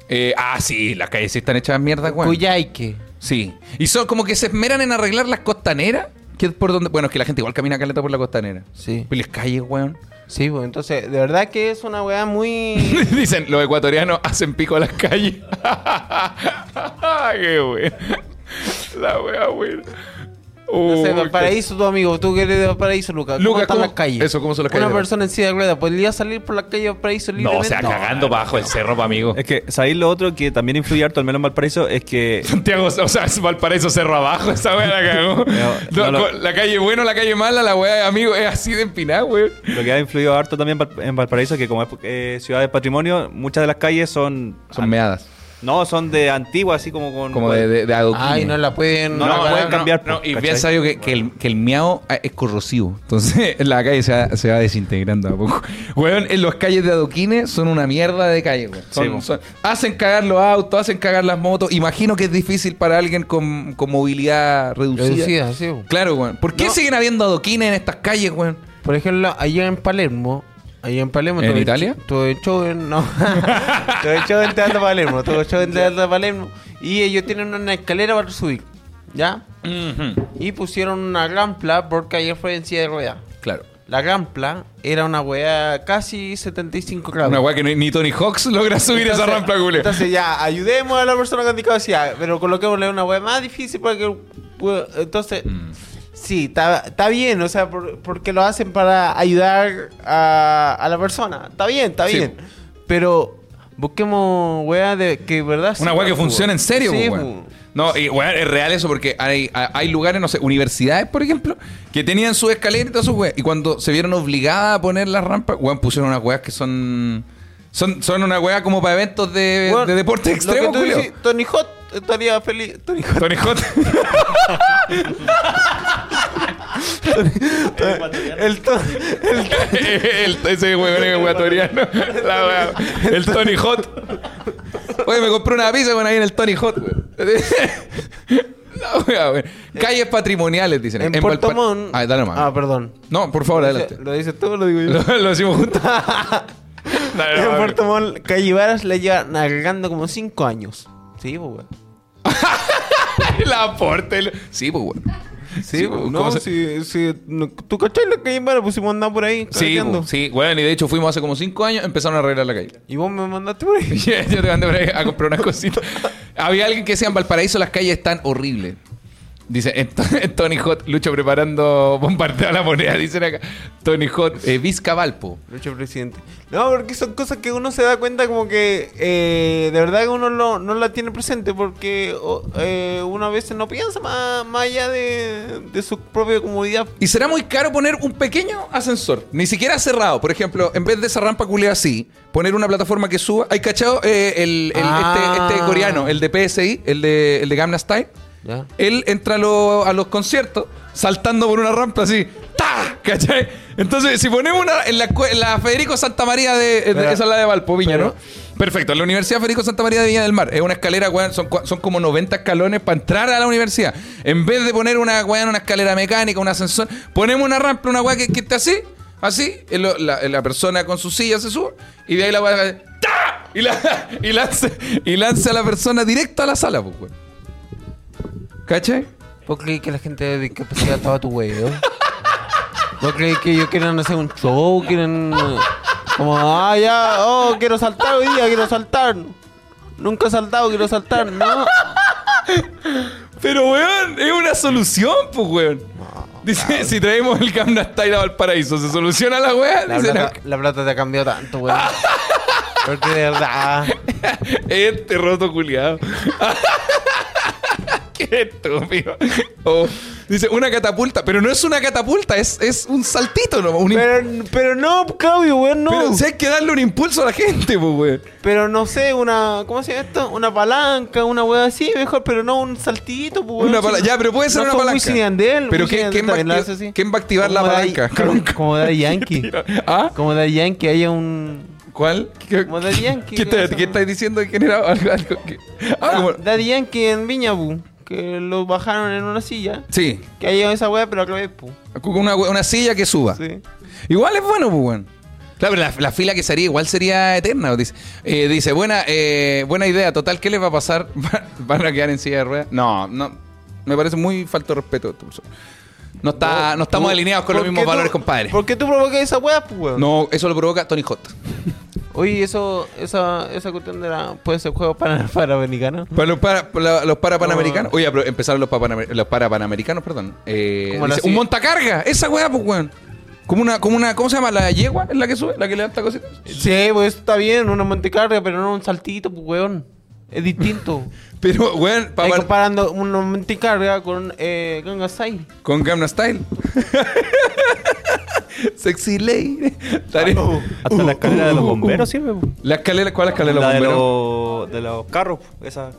Eh, ah, sí, las calles sí están hechas mierda, weón. Cuyaique. Sí. Y son como que se esmeran en arreglar las costaneras. Que es por donde. Bueno, es que la gente igual camina caleta por la costanera. Sí. Y las calles, weón. Sí, pues entonces, de verdad que es una weá muy. Dicen, los ecuatorianos hacen pico a las calles. Qué weón. La wea, weón. No Uy, sé, Valparaíso, tu amigo, tú que eres de Valparaíso, Lucas. Lucas, ¿Cómo están ¿cómo- las calles? eso, cómo son las calles de Una persona en silla de rueda, ¿podría salir por la calle de Valparaíso qué- No, o sea, libremente? cagando bajo el cerro, pa' amigo. Es que, ¿sabéis lo otro que también influye harto, al menos en Valparaíso? Es que Santiago, o sea, es Valparaíso cerro abajo, esa weá la cagó. No, no No, lo- con- La calle buena, la calle mala, la weá, amigo, es así de empinada, weón. lo que ha influido harto también en Val- en Valparaíso es que como es eh, ciudad de patrimonio, muchas de las calles son... Son meadas. No, son de antiguas, así como con... Como de, de, de adoquines. Ay, no la pueden. No, No, la no, pueden no, cambiar, no, pues, y bien ¿cachai? sabio que, que el, que el miau ah, es corrosivo. Entonces la calle se va, se va desintegrando a poco. Weón, en las calles de adoquines son una mierda de calle, weón. Son- Sí, po. son- hacen cagar los autos, hacen cagar las motos. Imagino que es difícil para alguien con, con movilidad reducida. Reducida, sí. po. Claro, weón. ¿Por qué No. siguen habiendo adoquines en estas calles, weón? Por ejemplo, allá en Palermo. Allá en Palermo. ¿En tuve Italia? ch- Tuve show en. No. tuve show en Teatro Palermo. Tuve show en Teatro Palermo. Y ellos tienen una escalera para subir. ¿Ya? Y pusieron una rampla porque ayer fue en silla de rueda. Claro. La rampla era una weá casi 75 grados. Una weá que ni, ni Tony Hawks logra subir esa Entonces- rampa, culia. Entonces ya, ayudemos a la persona con discapacidad, pero coloquémosle una weá más difícil para que... pueda- Entonces, Mm. sí, está está bien, o sea, por- porque lo hacen para ayudar a, a la persona. Está bien, está Sí. bien. Pero busquemos weá de que de verdad... Una sirva, weá que pues, funciona en serio, Sí, pues, weón. No, y weón, es real eso porque hay, hay- hay lugares, no sé, universidades, por ejemplo, que tenían su escalera y todas sus weas. Y cuando se vieron obligadas a poner las rampas, weón, pusieron unas weas que son. Son, son una wea como para eventos de, Weón, de deporte lo extremo, que tú Julio. decís, Tony Hot estaría feliz. Tony Hot. Tony Hot. el, to- el to- el, ese huevón es ecuatoriano. La wea- el Tony Hot. Oye, me compré una pizza con ahí en el Tony Hot, weón. La wea, weón. Calles patrimoniales, dicen. en Puerto Valpar- Montt. Ah, dale nomás. Ah, perdón. No, por favor, adelante. Lo dices tú, o lo digo yo. Lo, lo hicimos juntos. Dale, en nomás. Puerto Montt, Calle Varas la lleva navegando como 5 años. Sí, pues, weón. El aporte. el- Sí, pues, weón. Sí, Sí, pues, ¿cómo no, se- si, si, no, ¿Tú cachai la Calle Varas? Pues si hemos andado por ahí. Sí, carreteando. pues, sí, weón. Y de hecho fuimos hace como cinco años, empezaron a arreglar la calle. Y vos me mandaste por ahí. Yo te mandé por ahí a comprar unas cositas. Había alguien que decía en Valparaíso las calles están horribles. Dice, en to- en Tony Hot, Lucho preparando bombardeo a la moneda, dicen acá. Tony Hot, eh, Vizca Valpo. Lucho presidente. No, porque son cosas que uno se da cuenta como que eh, de verdad que uno lo- no la tiene presente porque o- eh, uno a veces no piensa más, más allá de, de su propia comodidad. Y será muy caro poner un pequeño ascensor. Ni siquiera cerrado. Por ejemplo, en vez de esa rampa culea así, poner una plataforma que suba. ¿Hay cachado? Eh, el, el- Ah. este, este coreano, el de PSI, el de, el de Gamma Style. ¿Ya? Él entra a, lo- a los conciertos saltando por una rampa así. ¡Ta! ¿Cachai? Entonces, si ponemos una. En la, cue- en la Federico Santa María de. de- Pero- esa es la de Valpo, Viña, pero- ¿no? Perfecto. En la Universidad Federico Santa María de Viña del Mar. Es una escalera, weón. Son, cua- son como 90 escalones para entrar a la universidad. En vez de poner una, weón, una escalera mecánica, un ascensor, ponemos una rampa, una weá que, que esté así. Así. y lo- la, la persona con su silla se sube. Y de ahí la weá. ¡Ta! Y, la, y, lanza, y lanza a la persona directo a la sala, pues, weón. ¿Cachai? ¿Vos crees que la gente de discapacidad estaba tu huevo? ¿Vos crees que ellos quieren hacer un show? ¿Quieren.? eh, Como, ah, ya, oh, quiero saltar hoy día, quiero saltar. Nunca he saltado, quiero saltar, ¿no? Pero, weón, es una solución, pues, weón. Dice, si traemos el Gamna Style a Valparaíso, ¿se soluciona la weá? La Dice, plata, la plata te ha cambiado tanto, weón. Porque de verdad. no, este roto culiado. Qué estúpido. O, dice, una catapulta. Pero no es una catapulta, es, es un saltito nomás. Un im- pero, Pero, pero no, Claudio, weón, no. si hay que darle un impulso a la gente, pues, weón. Pero no sé, una. ¿Cómo se llama esto? Una palanca, una weá así, mejor, pero no un saltito, pues, weón. Una pala- ya, pero puede ser No una son palanca. Wisin y Yandel, Pero Wisin y ¿quién- quién Yandel también va a acti- la hace así. quién va a activar Como la Daddy- palanca? como- Como Daddy Yankee. ¿Ah? Como Daddy Yankee, haya un. ¿Cuál? ¿Qué, Como Daddy Yankee, ¿qué, está- ¿qué qué estáis diciendo de quién era? Algo- algo que- Ah, Ah, como- Daddy Yankee en Viña, pu, Que lo bajaron en una silla. Sí, Que haya esa weá, pero a clave, pu. Con una, una silla que suba. Sí. Igual es bueno, pues, weón. Claro, pero la, la fila que sería igual sería eterna. ¿o? Dice, Eh, dice buena, eh, buena idea. Total, ¿qué les va a pasar? ¿Van a quedar en silla de ruedas? No, no. Me parece muy falto de respeto. a tu persona. No, está, Ah, no, estamos Pu, alineados con los ¿por mismos qué tú- valores, compadre. ¿Por qué tú provocas esa weá, pu, weón? No, eso lo provoca Tony Hot. Oye, eso, esa, esa cuestión de la. ¿Puede ser juego para, para americano? Para los, para, para- los para panamericanos. Oye, pero empezaron los, papanamer- los para panamericanos, perdón. Eh, Como la dice, si- un montacarga. Esa weá, pues, weón. Como una, como una, ¿cómo se llama? La yegua, es la que sube, la que levanta cositas. Sí, pues está bien, una montecarga, pero no un saltito, pues, weón. Es distinto. Pero, weón, pa- Estás par- comparando una montecarga con eh, Gangnam Style. Con Gamma Style. Sexy Lady. Ah, Tare- Hasta la escalera de los bomberos sirve. po. La escalera, ¿cuál es la escalera La de bombero? los, de los carros, po, esa.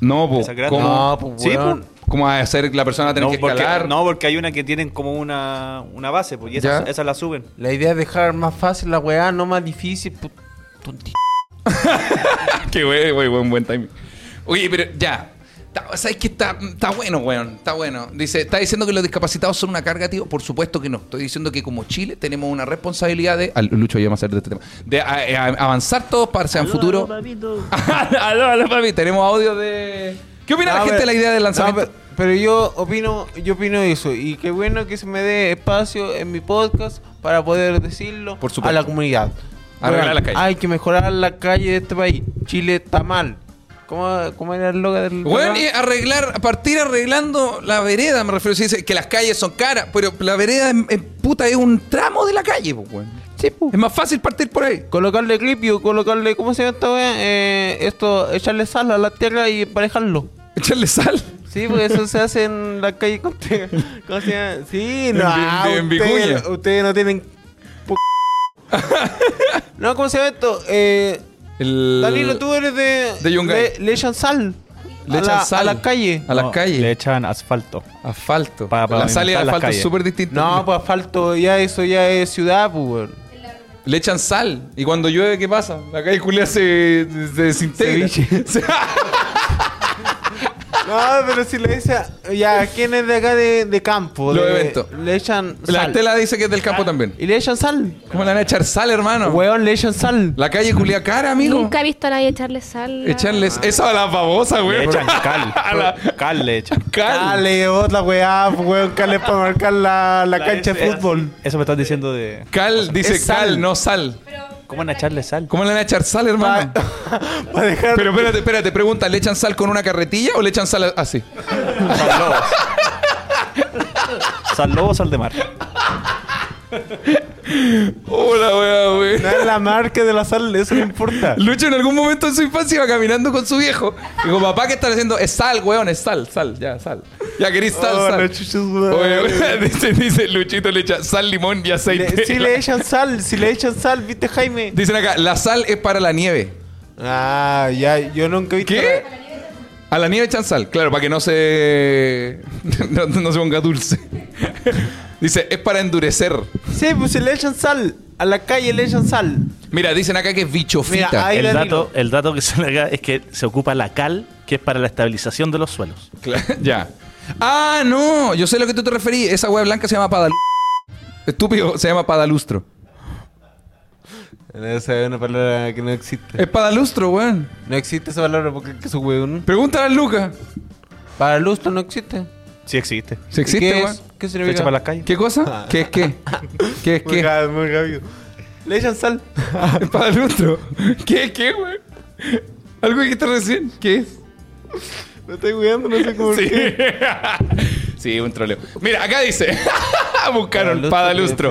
No, po. esa grande. ¿Cómo, No, pues, Sí, weón. po. cómo va a hacer la persona tener No que porque, escalar? no, porque hay una que tienen como una, una base, pues, y esas, Ya. esas la suben. La idea es dejar más fácil la weá, no más difícil, pu- tonti- Qué wey, wey, buen, buen timing. Oye, pero ya. Está- ¿Sabes qué? Está, está bueno, weón. Está bueno. Dice, ¿está diciendo que los discapacitados son una carga, tío? Por supuesto que no. Estoy diciendo que como Chile tenemos una responsabilidad de... al- Lucho ya me hacer de este tema. De a- a- avanzar todos para ser en futuro. aló, aló, papi. Tenemos audio de... ¿Qué opina No, la gente de pero- la idea del no, lanzamiento? pero, pero yo opino, yo opino eso. Y qué bueno que se me dé espacio en mi podcast para poder decirlo Por supuesto. a la comunidad. Arreglar la calle. Hay que mejorar la calle de este país. Chile está mal. ¿Cómo, cómo era el logo del Bueno, programa? y arreglar, partir arreglando la vereda, me refiero. Se dice que las calles son caras, pero la vereda es, es- puta, es un tramo de la calle, pues, weón. Sí, pu. Es más fácil partir por ahí. Colocarle clipio, colocarle, ¿cómo se llama esta weá? Eh, esto, echarle sal a la tierra y emparejarlo. Echarle sal. Sí, porque eso se hace en la calle con ¿Cómo se llama? Sí, no. ah, en ustedes- Vicuña. Ustedes no tienen. pu- no, ¿cómo se llama esto? Eh, El... Danilo, tú eres de. de Yungay. Le, le echan sal. Le a echan la- sal. a la calle. A las No, calles. Le echan asfalto. Asfalto. Pa- para la sal y el pavimentar las asfalto es calles. súper distinto. No, pues asfalto, ya eso ya es ciudad, pues, weón. Le echan sal. Y cuando llueve, ¿qué pasa? La calle culia se, se desintegra. Se- No, pero si le dicen, ya, ¿quién es de acá de, de campo? Los De- eventos. Le echan sal. la tela dice que es del campo también. Y le echan sal. ¿Cómo le van a echar sal, hermano? Weón, le echan sal. La calle culia cara, amigo. Nunca he visto a nadie echarle sal. a- Echarles eso a las babosas, Le güey. echan cal. A la Cal le echan. cal. Cale, otra weá, pues, weón, cale para marcar la, la La cancha de S, fútbol. Eso me estás diciendo de. Cal, dice Es sal. cal, no sal. ¿Cómo van a echarle sal? ¿Cómo le van a echar sal, hermano? Ah. Para dejar. Pero espérate, espérate, pregunta, ¿le echan sal con una carretilla o le echan sal así? Sal lobos. Sal lobo, sal de mar. Hola, wea, No güey. es la marca de la sal, eso no importa. Lucho en algún momento en su infancia iba caminando con su viejo. Y digo, papá, ¿qué están haciendo? Es sal, weón, es sal, sal, ya, sal. Ya querés sal, Oh, sal. la chucha es una- Oye, güey, dice, dice Luchito le echa sal, limón y Le- aceite. si le echan sal, si le echan sal, ¿viste, Jaime? Dicen acá, la sal es para la nieve. Ah, ya, yo nunca he visto. ¿Qué? A la nieve echan sal, claro, para que no se. no, no se ponga dulce. Dice, es para endurecer. Sí, pues si le echan sal. A la calle le echan sal. Mira, dicen acá que es bichofita. Mira, ahí- El la dato, el dato que sale acá es que se ocupa la cal, que es para la estabilización de los suelos. Cla- ya. Ah, no, yo sé a lo que tú te referís. Esa hueá blanca se llama padalustro. Estúpido, se llama padalustro. Esa es una palabra que no existe. Es padalustro, weón. No existe esa palabra porque es un weón. Pregúntale a Lucas. Para el lustro no existe. Sí existe. Si ¿Qué existe, es? weón. ¿Qué Le echan significa? para las calles. ¿Qué cosa? ¿Qué es qué? ¿Qué es Muy qué? rápido, muy rápido. Le echan sal. Es padalustro. ¿Qué es qué, weón? Algo que dijiste recién. ¿Qué es? No estoy weando, no sé cómo. Sí. sí, un troleo. Mira, acá dice. Buscaron Padalustro,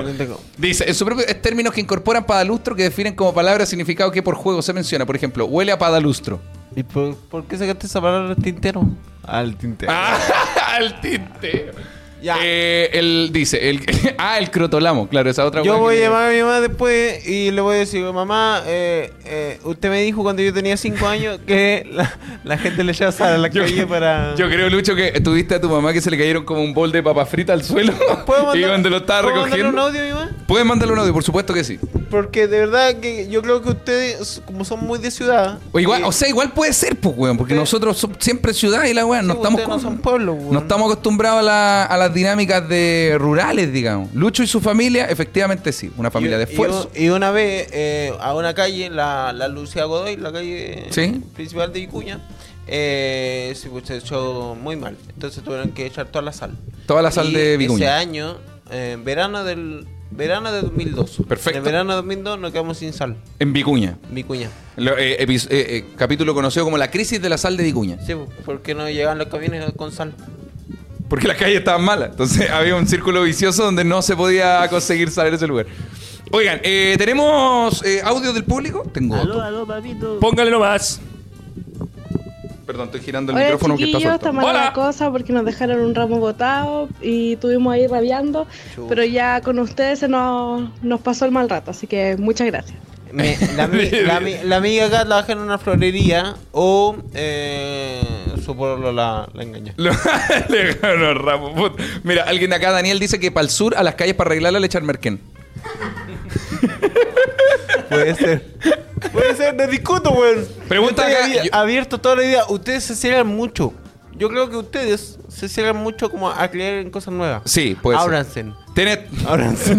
padalustro. que definen como- Dice, en su propio- es términos que incorporan padalustro que definen como palabra o significado que por juego se menciona. Por ejemplo, huele a padalustro. ¿Y por, por qué sacaste esa palabra al tintero? Al tintero. Ah, al tintero. Ya. Eh, él dice, el, ah, el crotolamo, claro, esa otra Yo hueá voy a que- llamar a mi mamá después y le voy a decir, mamá, eh, eh, usted me dijo cuando yo tenía 5 años que la, la gente le echaba sal a la Yo- calle para... Yo creo, Lucho, que tuviste a tu mamá que se le cayeron como un bol de papa frita al suelo. ¿Puedo mandar- y cuando lo estaba ¿puedo mandarle recogiendo. un audio a mi mamá? Puedes mandarle un audio, por supuesto que sí. Porque de verdad que yo creo que ustedes, como son muy de ciudad... O, igual, eh, o sea, igual puede ser, pues, weón, porque Sí. nosotros somos siempre ciudad y la weón, no sí, estamos ustedes no con- son pueblo, weón. no estamos acostumbrados a, la- a las dinámicas de rurales, digamos. Lucho y su familia, efectivamente sí, una familia de Y- esfuerzo. Y, y una vez eh, a una calle, la, la Lucía Godoy, la calle Sí. principal de Vicuña, eh, se, pues, se echó muy mal. Entonces tuvieron que echar toda la sal. Toda la sal Y de Vicuña. Ese año, eh, verano del verano de 2002. Perfecto. En el verano de 2002 nos quedamos sin sal. En Vicuña. Vicuña. Lo- eh, epi- eh, eh, capítulo conocido como La crisis de la sal de Vicuña. Sí, pues, porque no llegaban los camiones con sal. Porque las calles estaban malas. Entonces había un círculo vicioso donde no se podía conseguir salir de ese lugar. Oigan, eh, ¿tenemos eh, audio del público? Tengo otro. aló, papito. Póngale nomás. Perdón, estoy girando el Hola micrófono que está chiquillos, suelto. está mala la ¡Hola! cosa porque nos dejaron un ramo botado y estuvimos ahí rabiando, pero ya con ustedes se nos, nos pasó el mal rato, así que muchas gracias. Me- la, ami- la ami- la amiga acá trabaja en una florería o eh, su pueblo la, la engaña. Lo- le dejaron los ramos, puta. Mira, alguien de acá, Daniel, dice que para el sur, a las calles para arreglarla le echan merquén. Puede ser. Puede ser, no discuto, weón. Pregunta Yo acá, estoy abi- yo- abierto toda la idea. Ustedes se cierran mucho. Yo creo que ustedes se cierran mucho como a creer en cosas nuevas. Sí, puede ser. Ábranse. Tiene, Ábranse.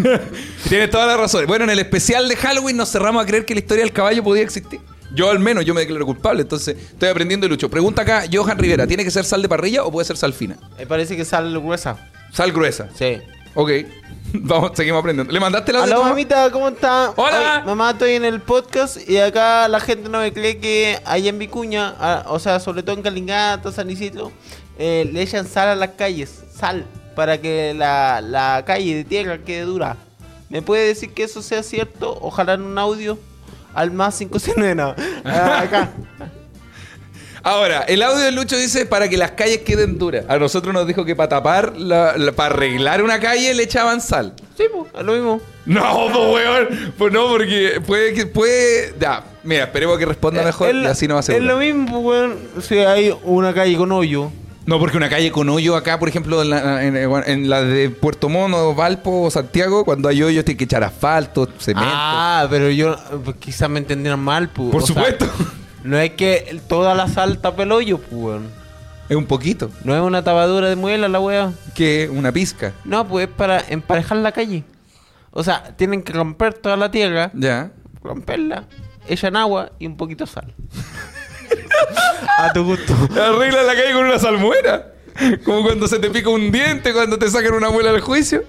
tiene toda la razón. Bueno, en el especial de Halloween nos cerramos a creer que la historia del caballo podía existir. Yo al menos, yo me declaro culpable, entonces estoy aprendiendo y lucho. Pregunta acá, Johan Rivera, ¿tiene que ser sal de parrilla o puede ser sal fina? Me parece que sale gruesa. Sal gruesa. Sí. Ok. Vamos, seguimos aprendiendo. ¿Le mandaste la Hola, mamita, ¿cómo está? Hola. Ay, mamá, estoy en el podcast y acá la gente no me cree que allá en Vicuña, ah, o sea, sobre todo en Calingata, San Isidro, eh, le echan sal a las calles. Sal. Para que la, la calle de tierra quede dura. ¿Me puede decir que eso sea cierto? Ojalá en un audio al más 509. no. Ah, acá. Ahora, el audio de Lucho dice para que las calles queden duras. A nosotros nos dijo que para tapar, la- la- para arreglar una calle le echaban sal. Sí, po, a lo mismo. No, pues weón. Pues no, porque puede que puede. Ya, mira, esperemos que responda mejor Eh, Es- y así nos Es lo aseguramos. mismo, po, weón. Si hay una calle con hoyo. No, porque una calle con hoyo acá, por ejemplo, en la, en- eh, en la de Puerto Mono, Valpo o Santiago, cuando hay hoyos tiene que echar asfalto, cemento. Ah, pero yo pues, quizás me entendieron mal, po. Por O sea, supuesto. no es que toda la sal tapa el hoyo, po, weón. Es un poquito. No es una tapadura de muela la weá. Que una pizca. No, pues es para emparejar la calle. O sea, tienen que romper toda la tierra, Ya. romperla, echan agua y un poquito de sal. a tu gusto. Arregla la calle con una salmuera. Como cuando se te pica un diente, cuando te sacan una muela al juicio.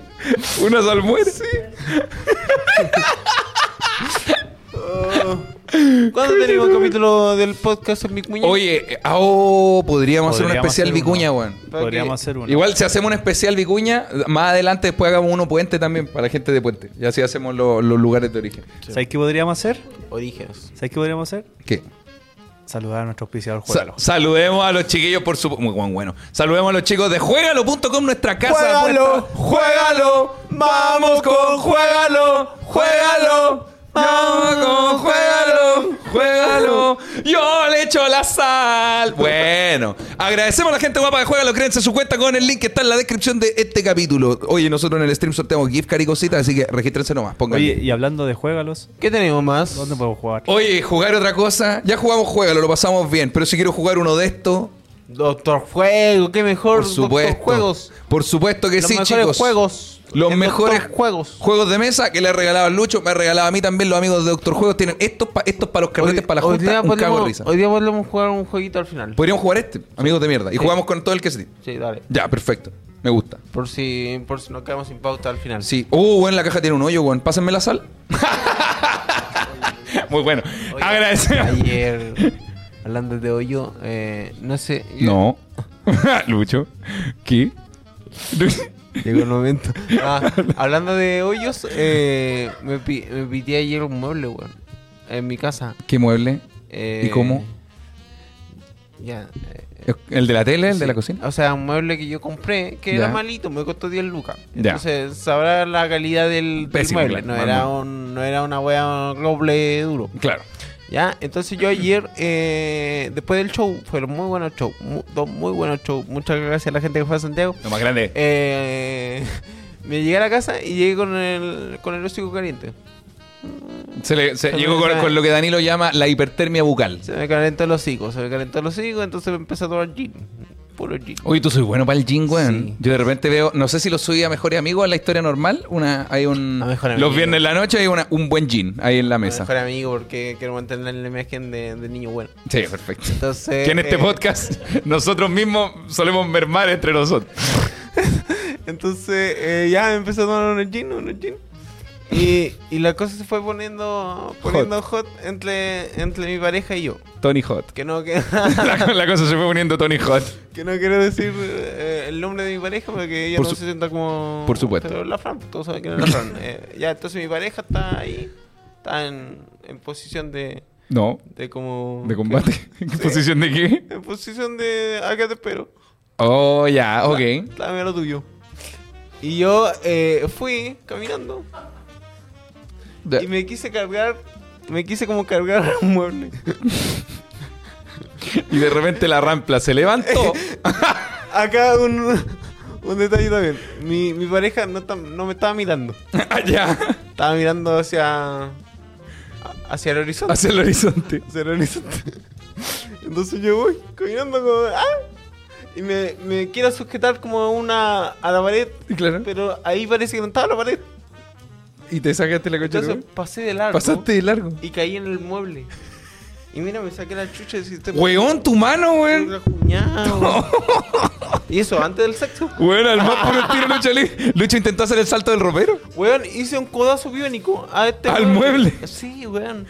Una salmuera. ¿Cuándo tenemos el capítulo del podcast en mi cuñado? Oye, eh, ah, oh, podríamos hacer un Podríamos especial hacer uno. vicuña, weón. Podríamos hacer uno. Igual si hacemos un especial vicuña, más adelante después hagamos uno puente también para la gente de puente. Y así hacemos lo- los lugares de origen. ¿Sabes qué podríamos hacer? Orígenes. ¿Sabes qué podríamos hacer? ¿Qué? Saludar a nuestro auspiciador Sa- Juegalo. saludemos a los chiquillos por su... Muy buen, bueno. Saludemos a los chicos de juegalo.com, nuestra casa. Juégalo, juégalo, vamos con juégalo, juégalo. Vamos con juégalo, juégalo. Yo le echo la sal. Bueno, agradecemos a la gente guapa de Juégalo. Créense su cuenta con el link que está en la descripción de este capítulo. Oye, nosotros en el stream sorteamos gift card y cositas, así que regístrense nomás. Pongan Oye, y hablando de Juegalos, ¿Qué tenemos más? ¿dónde podemos jugar? Oye, jugar otra cosa. Ya jugamos Juégalo, lo pasamos bien. Pero si quiero jugar uno de estos, Doctor Fuego, qué mejor. Por supuesto. Doctor Juegos. Por supuesto que Los sí, mejores chicos. juegos. Los El mejores Doctor Juegos. juegos de mesa que le ha regalado a Lucho, me ha regalado a mí también. Los amigos de Doctor Juegos tienen estos, pa- estos para los carretes, para la hoy junta, día un cago de podemos, risa. hoy día podemos jugar un jueguito al final. Podríamos jugar este, amigos de mierda. Y jugamos con todo el que se Sí, dale. Ya, perfecto. Me gusta. Por si, por si nos quedamos sin pauta al final. Sí. Uh, bueno, la caja tiene un hoyo, weón. Pásenme la sal. Muy bueno. Oye, Agradecemos. Ayer, hablando de hoyo, eh, no sé. yo- No. Lucho. ¿Qué? Llegó el momento. Ah, hablando de hoyos, eh, me, pi me pité ayer un mueble, weón. En mi casa. ¿Qué mueble? Eh, ¿Y cómo? Ya. eh, ¿El de la tele? ¿El de Sí. Ah. la cocina? O sea, un mueble que yo compré, que Ya. era malito, me costó 10 lucas. Ya. Entonces, sabrá la calidad del, del Pésimo, mueble. claro, No mal era, mueble. un, no era una wea roble duro. Claro. ¿Ya? Entonces yo ayer, eh, después del show, fueron muy buenos shows, mu- dos muy buenos shows. Muchas gracias a la gente que fue a Santiago. Lo más grande. Eh, me llegué a la casa y llegué con el, con el hocico caliente. Se le se Se llegó me con, cae. con lo que Danilo llama la hipertermia bucal. Se me calentó el hocico, se me calentó el hocico, entonces me empecé a tomar gin. Puro gin. Oye, tú soy bueno para el gin, weón. Sí. Yo de repente veo, no sé si lo subí a Mejor Amigo en la historia normal. Una, hay un. A Mejor Amigo. Los viernes en la noche hay una- un buen gin ahí en la mesa. Mejor amigo porque quiero mantener la imagen de, de niño bueno. Sí, perfecto. Entonces, que en este eh, podcast nosotros mismos solemos mermar entre nosotros. Entonces eh, ya me empecé a tomar unos gin, unos gin. Y, y la cosa se fue poniendo, poniendo hot, entre, entre mi pareja y yo. Tony Hot. Que no, que, La, la cosa se fue poniendo Tony Hot. que no quiero decir eh, el nombre de mi pareja porque ella Por no su- se sienta como... por supuesto. Pero la Fran, todos saben que es la Fran. Eh, ya, entonces mi pareja está ahí, está en, en posición de, No, de como... de combate. ¿En posición de qué? En posición de... Acá te espero. Oh, ya, ok. Dame lo tuyo. Y yo eh, fui caminando Da- y me quise cargar, me quise como cargar un mueble. Y de repente la rampla se levantó. Acá un, un detalle también. Mi, mi pareja no, tam- no me estaba mirando. Allá, Estaba mirando hacia, hacia el horizonte. hacia el horizonte. hacia el horizonte. Entonces yo voy caminando como... ¡ah! Y me, me quiero sujetar como a una, a la pared. Claro. Pero ahí parece que no estaba la pared. Y te sacaste la coche. Entonces pasé de largo. Pasaste de largo. y caí en el mueble. Y mira, me saqué la chucha y te Weón, tu mano, weón. Y eso, antes del sexo. Weón, al más puro estilo Lucho Lee. Lucho intentó hacer el salto del ropero. Weón, hice un codazo biónico a este. Al mueble. Sí, weón.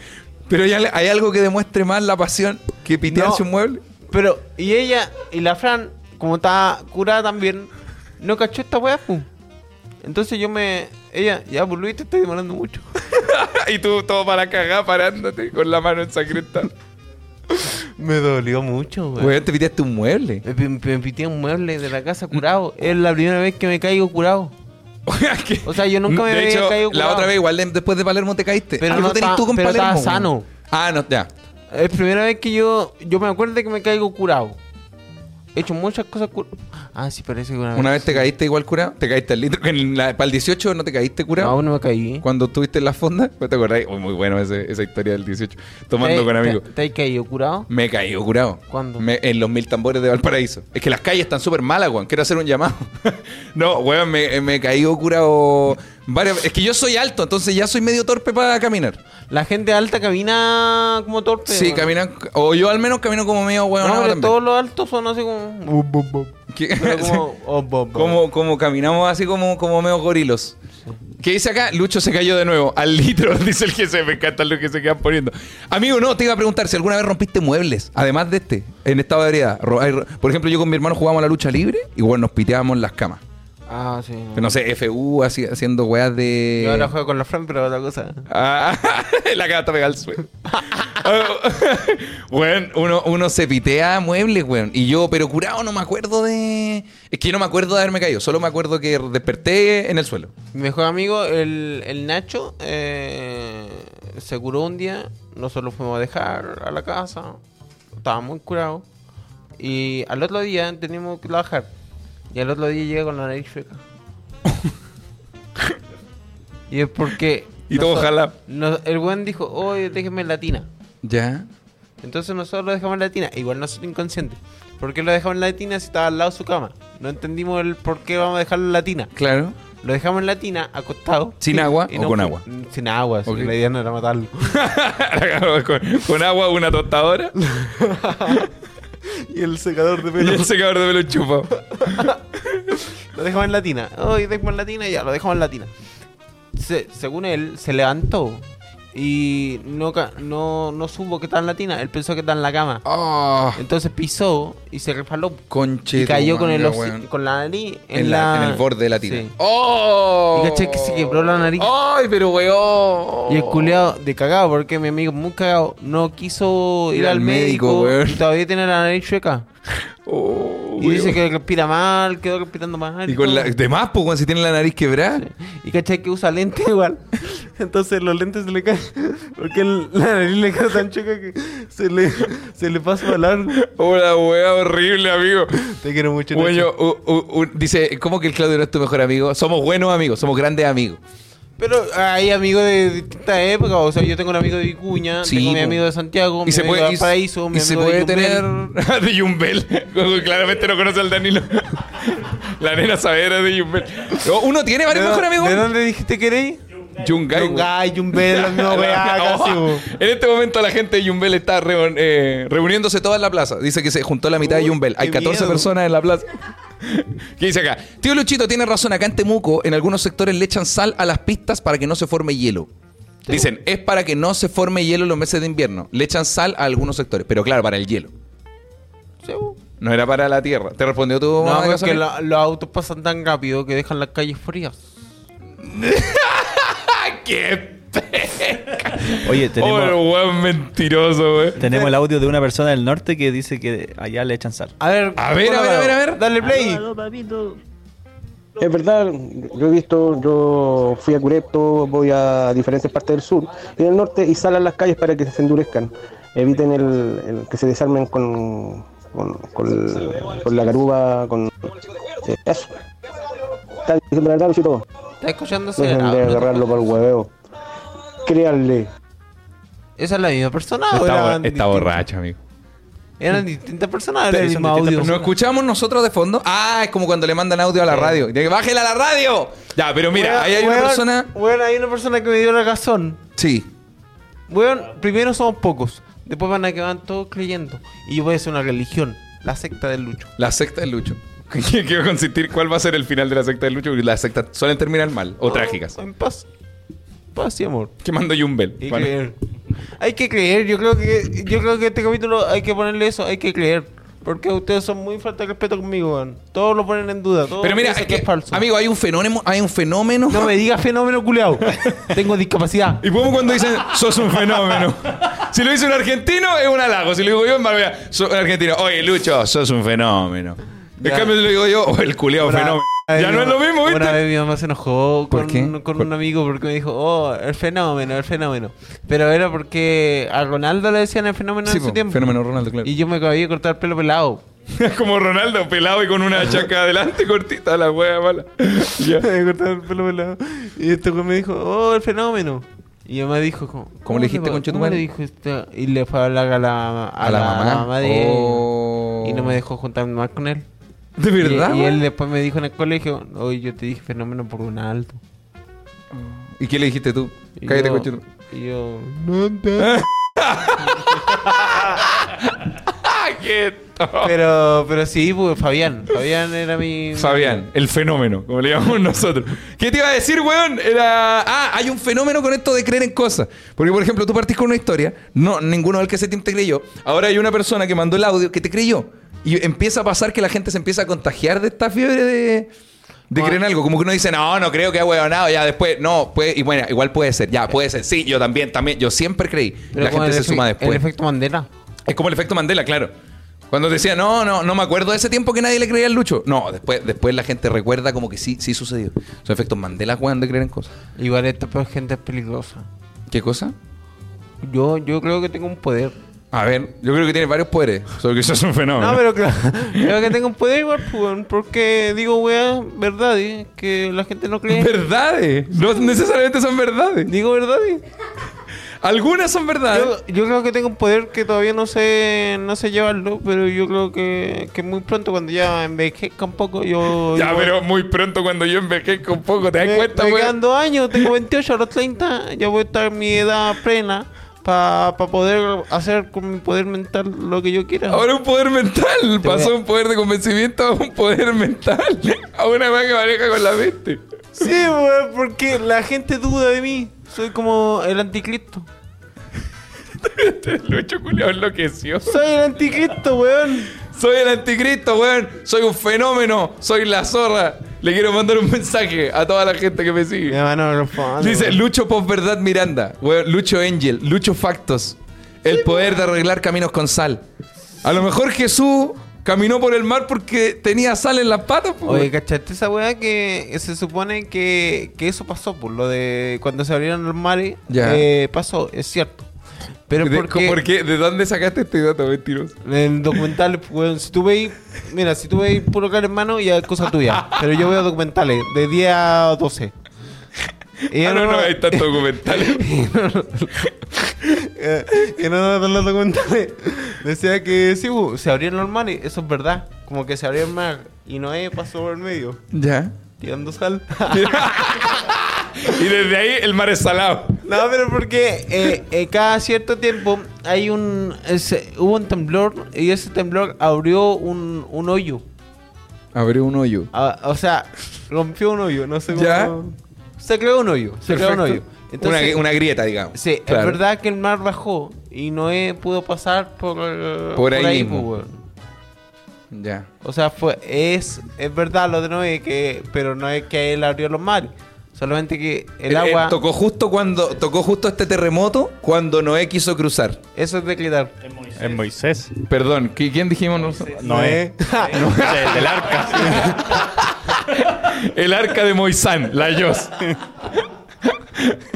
Pero hay, al- hay algo que demuestre más la pasión que pitearse No. un mueble. Pero, y ella, y la Fran, como estaba curada también, no cachó esta weá, pu. Entonces yo me. Ella, ya, pues Luis, te estoy demorando mucho. y tú todo para cagar parándote con la mano ensangrentada. Me dolió mucho, güey. Weón, te piteaste un mueble. Me, pi- me piteé un mueble de la casa curado. Es la primera vez que me caigo curado. ¿Qué? O sea, yo nunca me de había hecho, caído La curado. otra vez, igual de- después de Palermo te caíste. Pero Algo no tenés ta- tú con pero Palermo. estaba weón. sano. Ah, no, ya. Es primera vez que yo, yo me acuerdo que me caigo curado. He hecho muchas cosas curadas. Ah, sí, parece que una vez. Una vez te caíste igual curado. Te caíste al litro. En la- para el 18 no te caíste No, curado. aún no me caí. Cuando estuviste en la fonda. ¿Te acordáis? Oh, muy bueno ese- esa historia del 18. Tomando ¿Te- con amigos. ¿Te, te has caído curado? Me he caído curado. ¿Cuándo? Me- en los mil tambores de Valparaíso. Es que las calles están súper malas, weón. Quiero hacer un llamado. no, weón, me, eh, me he caído curado varias Es que yo soy alto, entonces ya soy medio torpe para caminar. La gente alta camina como torpe. Sí, weón. caminan. O yo al menos camino como medio weón. No, pero todos los altos son así como. Pero como. oh, bo, bo. Como, como caminamos así como, como medio gorilos. ¿Qué dice acá? Lucho se cayó de nuevo. Al litro, dice el jefe. Me encanta lo que se quedan poniendo. Amigo, no, te iba a preguntar si alguna vez rompiste muebles. Además de este, en estado de ebriedad. Ro- hay ro- Por ejemplo, yo con mi hermano jugábamos a la lucha libre y bueno, nos piteábamos en las camas. Ah, sí. Pero eh. no sé, FU así- haciendo weas de. Yo ahora juego con la Fran, pero otra cosa. Ah, la cara está pegada al suelo. Ah, weón, uno, uno se pitea muebles, weón. Y yo, pero curado, no me acuerdo de. Es que yo no me acuerdo de haberme caído. Solo me acuerdo que desperté en el suelo. Mi mejor amigo, el, el Nacho, eh, se curó un día. Nosotros lo fuimos a dejar a la casa. Estaba muy curado. Y al otro día teníamos que trabajar. Y al otro día llega con la nariz seca. y es porque. Y todo noso- ojalá. no- el buen dijo: Oye, déjeme latina. Ya. Entonces nosotros lo dejamos en la tina. Igual nosotros inconscientes. ¿Por qué lo dejamos en la tina si estaba al lado de su cama? No entendimos el por qué vamos a dejarlo en la tina. Claro. Lo dejamos en la tina, acostado. ¿Sin agua o con fu- agua? Sin agua, sí, Ok. la idea no era matarlo. con, con agua, una tostadora y el secador de y pelo. el secador de pelo enchufado. Lo dejamos en la tina. Hoy dejamos en la tina, ya, lo dejamos en la tina. Se- según él, se levantó y no, ca- no, no supo que estaba en la tina. Él pensó que estaba en la cama. Ah, Entonces pisó y se resbaló. conche. Y tu cayó con, el manga, oci- weón. con la nariz en, En, la- la... en el borde de la tina. Sí. ¡Oh! Y caché que se quebró la nariz. ¡Ay, pero weón! Y el culeado de cagado, porque mi amigo muy cagado no quiso ir, al médico, weón. y todavía tiene la nariz chueca. Oh, Y dice weón. que respira mal, quedó respirando mal. Y con todo. la, de más, pues, weón, si tiene la nariz quebrada. Y cachai que usa lente igual. Entonces los lentes se le caen. Porque el- la nariz le queda tan chueca que se le, se le pasa a largo. Hola, weá, horrible, amigo. Te quiero mucho. Bueno, Nacho. yo, u- u- u- dice, ¿cómo que el Claudio no es tu mejor amigo? Somos buenos amigos, somos grandes amigos. Pero hay amigos de distintas épocas. O sea, yo tengo un amigo de Vicuña, Sí, tengo mi po. amigo de Santiago, mi Y se amigo puede, de y- Paraíso, y mi se amigo de puede Yumbel. tener. de Yumbel. Claramente no conoce al Danilo. la nena Saavedra de Yumbel. No, Uno tiene ¿De, varios mejores dónde- amigos. ¿De dónde dijiste que eres? Yungay. weón. Yungay, Yumbel, la misma La- la- weá, casi, oh, po. en este momento la gente de Yumbel está reu- eh, reuniéndose toda en la plaza. Dice que se juntó la mitad de Uy, Yumbel. Hay qué 14 miedo. personas en la plaza. ¿Qué dice acá? Tío Luchito tiene razón. Acá en Temuco, en algunos sectores le echan sal a las pistas para que no se forme hielo. Dicen, es para que no se forme hielo en los meses de invierno. Le echan sal a algunos sectores. Pero claro, para el hielo. Sí, po. No era para la tierra. ¿Te respondió tu No, mamá de porque casualidad? la- los autos pasan tan rápido que dejan las calles frías. ¡Ah, qué peca! Oye, Oh, el tenemos, weón mentiroso, weón. tenemos el audio de una persona del norte que dice que allá le echan sal. A ver, A ver, a ver, a ver, a ver. Dale play. Es verdad, yo he visto, yo fui a Curepto, voy a diferentes partes del sur y del norte y salen las calles para que se endurezcan, eviten el, el que se desarmen con, con, con- con la garuba, con eh, eso. Está diciendo la verdad, Luchito, ¿Está ah, escuchándose? dejen de agarrarlo por el hueveo. Créanle. ¿Esa es la misma persona o Está, eran bo- está distintas? borracho, amigo. ¿Eran distintas personas o Sí, era el son mismo distintas audio? ¿Nos escuchamos nosotros de fondo? Ah, es como cuando le mandan audio a la radio. Dice, ¡Bájela a la radio! Ya, pero mira, Weón, ahí hay una weón, persona. Weón, hay una persona que me dio la razón. Sí. Weón, primero somos pocos. Después van a que van todos creyendo. Y yo voy a hacer una religión. La secta del Lucho. La secta del Lucho. ¿Qué qué va a consistir? ¿Cuál va a ser el final de la secta del Lucho? Porque Las sectas suelen terminar mal o Oh, trágicas. En paz. Paz y amor. Quemando Yumbel. Hay que Bueno. creer. Hay que creer. Yo creo que, yo creo que este capítulo hay que ponerle eso. Hay que creer. Porque ustedes son muy falta de respeto conmigo, weón. Todos lo ponen en duda. Todos Pero mira, piensan es que, es falso. amigo, hay un fenómeno. Hay un fenómeno. No me digas fenómeno culeado. Tengo discapacidad. Y como cuando dicen, sos un fenómeno. Si lo dice un argentino, es un halago. Si lo digo yo, en Marbella, soy un argentino. Oye, Lucho, sos un fenómeno. En Ya. cambio, si lo digo yo, "Oh, el culiado Una- fenómeno. Ay, Ya no es lo mismo, Una ¿viste? vez mi mamá se enojó ¿Por con, qué? con un amigo porque me dijo, oh, el fenómeno, el fenómeno. Pero era porque a Ronaldo le decían el fenómeno Sí, en su po, tiempo. fenómeno Ronaldo, claro. Y yo me acabé de cortar el pelo pelado. Como Ronaldo, pelado y con una chaca adelante cortita, la wea mala. Ya. me acabé de cortar el pelo pelado. Y este güey me dijo, oh, el fenómeno. Y mi mamá dijo, ¿cómo, ¿Cómo le dijiste, pa- concha tu cómo madre? le dijo esto? Y le fue a hablar a la, a ¿A la la mamá? mamá, de él. Oh. Y no me dejó juntarme más con él. ¿De Y- verdad? Y, güey? él después me dijo en el colegio, oye, yo te dije fenómeno por un alto. ¿Y qué le dijiste tú? Y Cállate, yo- cochino. Y yo, no te... Pero, pero sí, pues, Fabián. Fabián era mi. Fabián, el fenómeno, como le llamamos nosotros. ¿Qué te iba a decir, weón? Era. Ah, hay un fenómeno con esto de creer en cosas. Porque, por ejemplo, tú partís con una historia, no, ninguno del que se te creyó. Ahora hay una persona que mandó el audio que te creyó. Y empieza a pasar que la gente se empieza a contagiar de esta fiebre de. De creer en algo, como que uno dice, no, no creo que ha huevonado, ya después, no, puede, y bueno, igual puede ser, ya, puede ser, sí, yo también, también, yo siempre creí, Pero la como gente el se efe- suma después. El efecto Mandela. Es como el efecto Mandela, claro. Cuando decía, no, no, no me acuerdo de ese tiempo que nadie le creía al Lucho. No, después, después la gente recuerda como que sí, sí sucedió. Son efectos Mandela, weón, de creer en cosas. Igual esta pues, gente es peligrosa. ¿Qué cosa? Yo, yo creo que tengo un poder. A ver, yo creo que tiene varios poderes. Solo que eso es un fenómeno. No, pero claro. creo que tengo un poder igual, pues, weón, porque digo, weá, verdad, eh, que la gente no cree. Verdades. No necesariamente son verdades. digo verdad, eh. Algunas son verdades. Yo, yo creo que tengo un poder que todavía no sé, no sé llevarlo, pero yo creo que, que muy pronto, cuando ya envejezca un poco, yo. ya, yo- pero muy pronto cuando yo envejezco un poco, ¿te das Me, cuenta, me weón? quedan dos años, tengo 28 a los 30, ya voy a estar en mi edad plena para poder hacer con mi poder mental lo que yo quiera. Ahora un poder mental. Te voy a- Pasó un poder de convencimiento a un poder mental. A una weá que maneja con la mente. Sí, weón, porque la gente duda de mí. Soy como el anticristo. Lucho culiao enloqueció. Soy el anticristo, weón. Soy el anticristo, weón. Soy un fenómeno. Soy la zorra. Le quiero mandar un mensaje a toda la gente que me Mi sigue. hermano me responde. Dice weón. Lucho Posverdad Miranda. Weón, Lucho Angel. Lucho Factos. El poder de arreglar caminos con sal. A lo mejor Jesús caminó por el mar porque tenía sal en pues, las patas. po, Oye, weón. ¿cachaste esa weá que se supone que, que eso pasó? Por lo de cuando se abrieron los mares, Ya. eh, pasó, es cierto. Pero ¿De, porque ¿por qué? ¿De dónde sacaste este dato, mentiroso? En documentales, weón, si tú veis, mira, si tú veis puro cara hermano, ya es cosa tuya. Pero yo veo documentales de 10 a 12. Y Ah, en no, uno- no, hay tantos documentales. eh, en uno de los documentales decía que sí, bu, se abrieron los mares, eso es verdad. Como que se abrió el mar y Noé pasó por el medio, ya. tirando sal. Y desde ahí el mar es salado. no, pero porque eh, eh, cada cierto tiempo hay un. ese- hubo un temblor y ese temblor abrió un, un hoyo. Abrió un hoyo. Ah, o sea, rompió un hoyo, no sé cómo. Ya. Se creó un hoyo, se creó un hoyo. Entonces, una, una grieta, digamos. sí, Claro. es verdad que el mar bajó y Noé pudo pasar por, eh, Por ahí mismo. pues, weón. Ya. O sea, fue es es verdad lo de Noé que pero no es que él abrió los mares, solamente que el Eh, eh, agua tocó justo cuando tocó justo este terremoto cuando Noé quiso cruzar. eso es declinar. Es Moisés. Perdón, ¿qui- ¿quién dijimos nosotros? Noé. Noé. Del arca. El arca de Moisán, la Dios.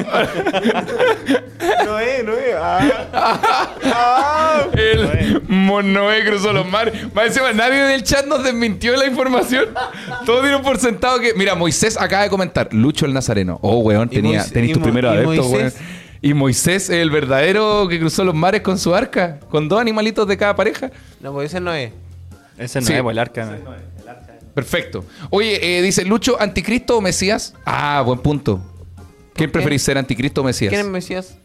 Noé, Noé. ah. El Mo- Noé cruzó los mares. Más encima, nadie en el chat nos desmintió la información. Todos dieron por sentado que. Mira, Moisés acaba de comentar. Lucho el Nazareno. Oh, weón, Y tenía, Mois- tenés y tus Mo- primeros y adeptos, weón. Moisés. Y Moisés, el verdadero que cruzó los mares con su arca, con dos animalitos de cada pareja. No, pues ese no es. Ese no Sí. es, pues, el arca. no es. Perfecto. Oye, eh, dice Lucho, ¿anticristo o Mesías? Ah, buen punto. ¿Quién preferís ser, anticristo o Mesías? ¿Quién es Mesías?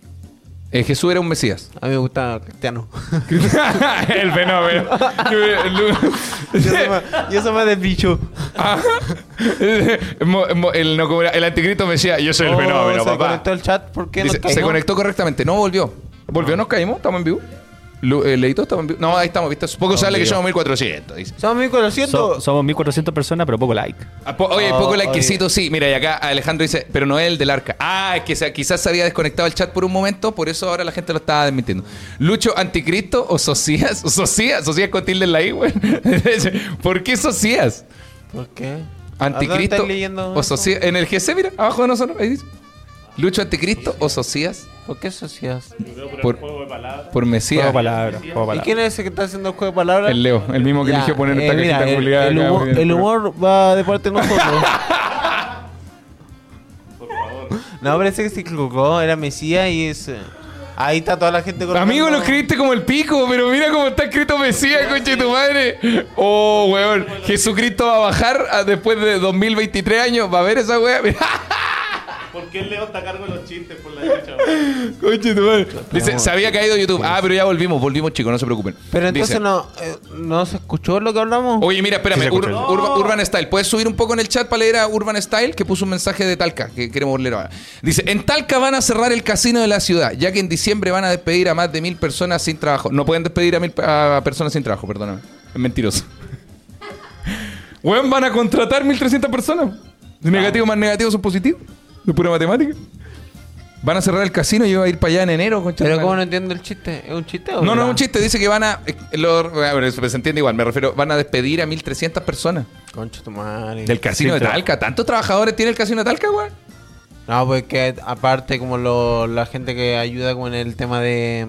Eh, Jesús era un Mesías. A mí me gusta Cristiano. el fenómeno. eh, yo soy más, yo soy más de bicho. Ah, mo- mo- el, no, ¿cómo era? El anticristo Mesías. Yo soy el Oh, fenómeno, se papá. conectó el chat, ¿por qué Ah. Dice, no está se ahí? conectó correctamente. No volvió. ¿Volvió? ¿Nos caímos? ¿Estamos en vivo? Lu- ¿El editor está en vivo? No, ahí estamos, ¿viste? Poco Estamos sale que en vivo. somos 1400, dice. Somos So- 1400. somos 1400 personas, pero poco like. Ah, po- Oye, Oh, poco oye. likecito, sí. Mira, y acá Alejandro dice, pero no es el del arca. Ah, es que se- quizás se había desconectado el chat por un momento, por eso ahora la gente lo estaba desmintiendo. ¿Lucho anticristo o Socias? ¿Socias? ¿Socias con tilde en la I, güey? ¿Por qué Socias? ¿Por qué? ¿A dónde ¿Anticristo estás leyendo o eso? Socias? En el GC, mira, abajo de nosotros, ahí dice. ¿Lucho anticristo o Socias? ¿Por qué sociedad? Por, por Mesías. Juego palabra, juego ¿Y palabra. quién es ese que está haciendo el juego de palabras? El Leo, el mismo que Ya, eligió poner eh, esta mira, cajita el, culiada el acá, humor, güey. el humor va de parte de nosotros. no, parece que se equivocó. Era Mesías y es... eh, Ahí está toda la gente con Amigo, lo escribiste como el pico, pero mira cómo está escrito Mesías, coche tu madre. Oh, weón. Jesucristo va a bajar a- después de 2023 años. Va a ver esa weá. Mira, ¿Por qué el Leo está a cargo de los chistes por la derecha? coche tu madre. Dice, se había caído YouTube. Ah, pero ya volvimos, volvimos, chicos, no se preocupen. Pero entonces Dice, no, eh, no se escuchó lo que hablamos. Oye, mira, espérame, Sí se Ur- escucha. Urba- Urban Style. ¿Puedes subir un poco en el chat para leer a Urban Style? Que puso un mensaje de Talca, que queremos leer ahora. Dice, en Talca van a cerrar el casino de la ciudad, ya que en diciembre van a despedir a más de mil personas sin trabajo. No pueden despedir a mil pe- a personas sin trabajo, perdóname. Es mentiroso. Weón, van a contratar 1.300 personas. Negativo más negativo son positivos. De pura matemática. Van a cerrar el casino y yo voy a ir para allá en enero. concha Pero de ¿cómo madre. no entiendo el chiste? ¿Es un chiste No, o no es verdad? un chiste. Dice que van a. eh, lo- a ver, se se entiende igual. Me refiero. Van a despedir a 1.300 personas. Concha tu madre. Del casino de Talca. ¿Tantos trabajadores tiene el casino de Talca, güey? No, porque aparte como lo, la gente que ayuda con el tema de...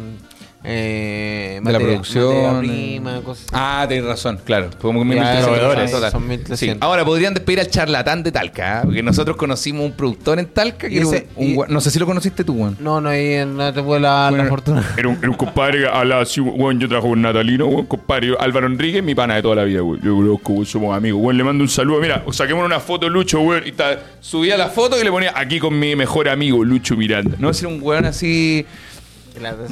Eh, De la materia- producción, materia eh. prima, cosas así. Ah, tenés razón, claro. Como que Ya, 1.300 son trabajadores mil- total. son 1.300. Sí. Ahora podrían despedir al charlatán de Talca, ¿ah? porque nosotros conocimos un productor en Talca que Y era ese- un- un y- güey- No sé si lo conociste tú, güey. No, no, y no te puedo la, la fortuna. Era un, compadre que hablaba así, weón, yo trabajo con Natalino, weón, compadre, Álvaro Enrique, mi pana de toda la vida, weón. Yo conozco, somos amigos, weón, le mando un saludo, mira, saquemos una foto, Lucho, weón, y subía la foto y le ponía aquí con mi mejor amigo, Lucho Miranda. No, era un weón así,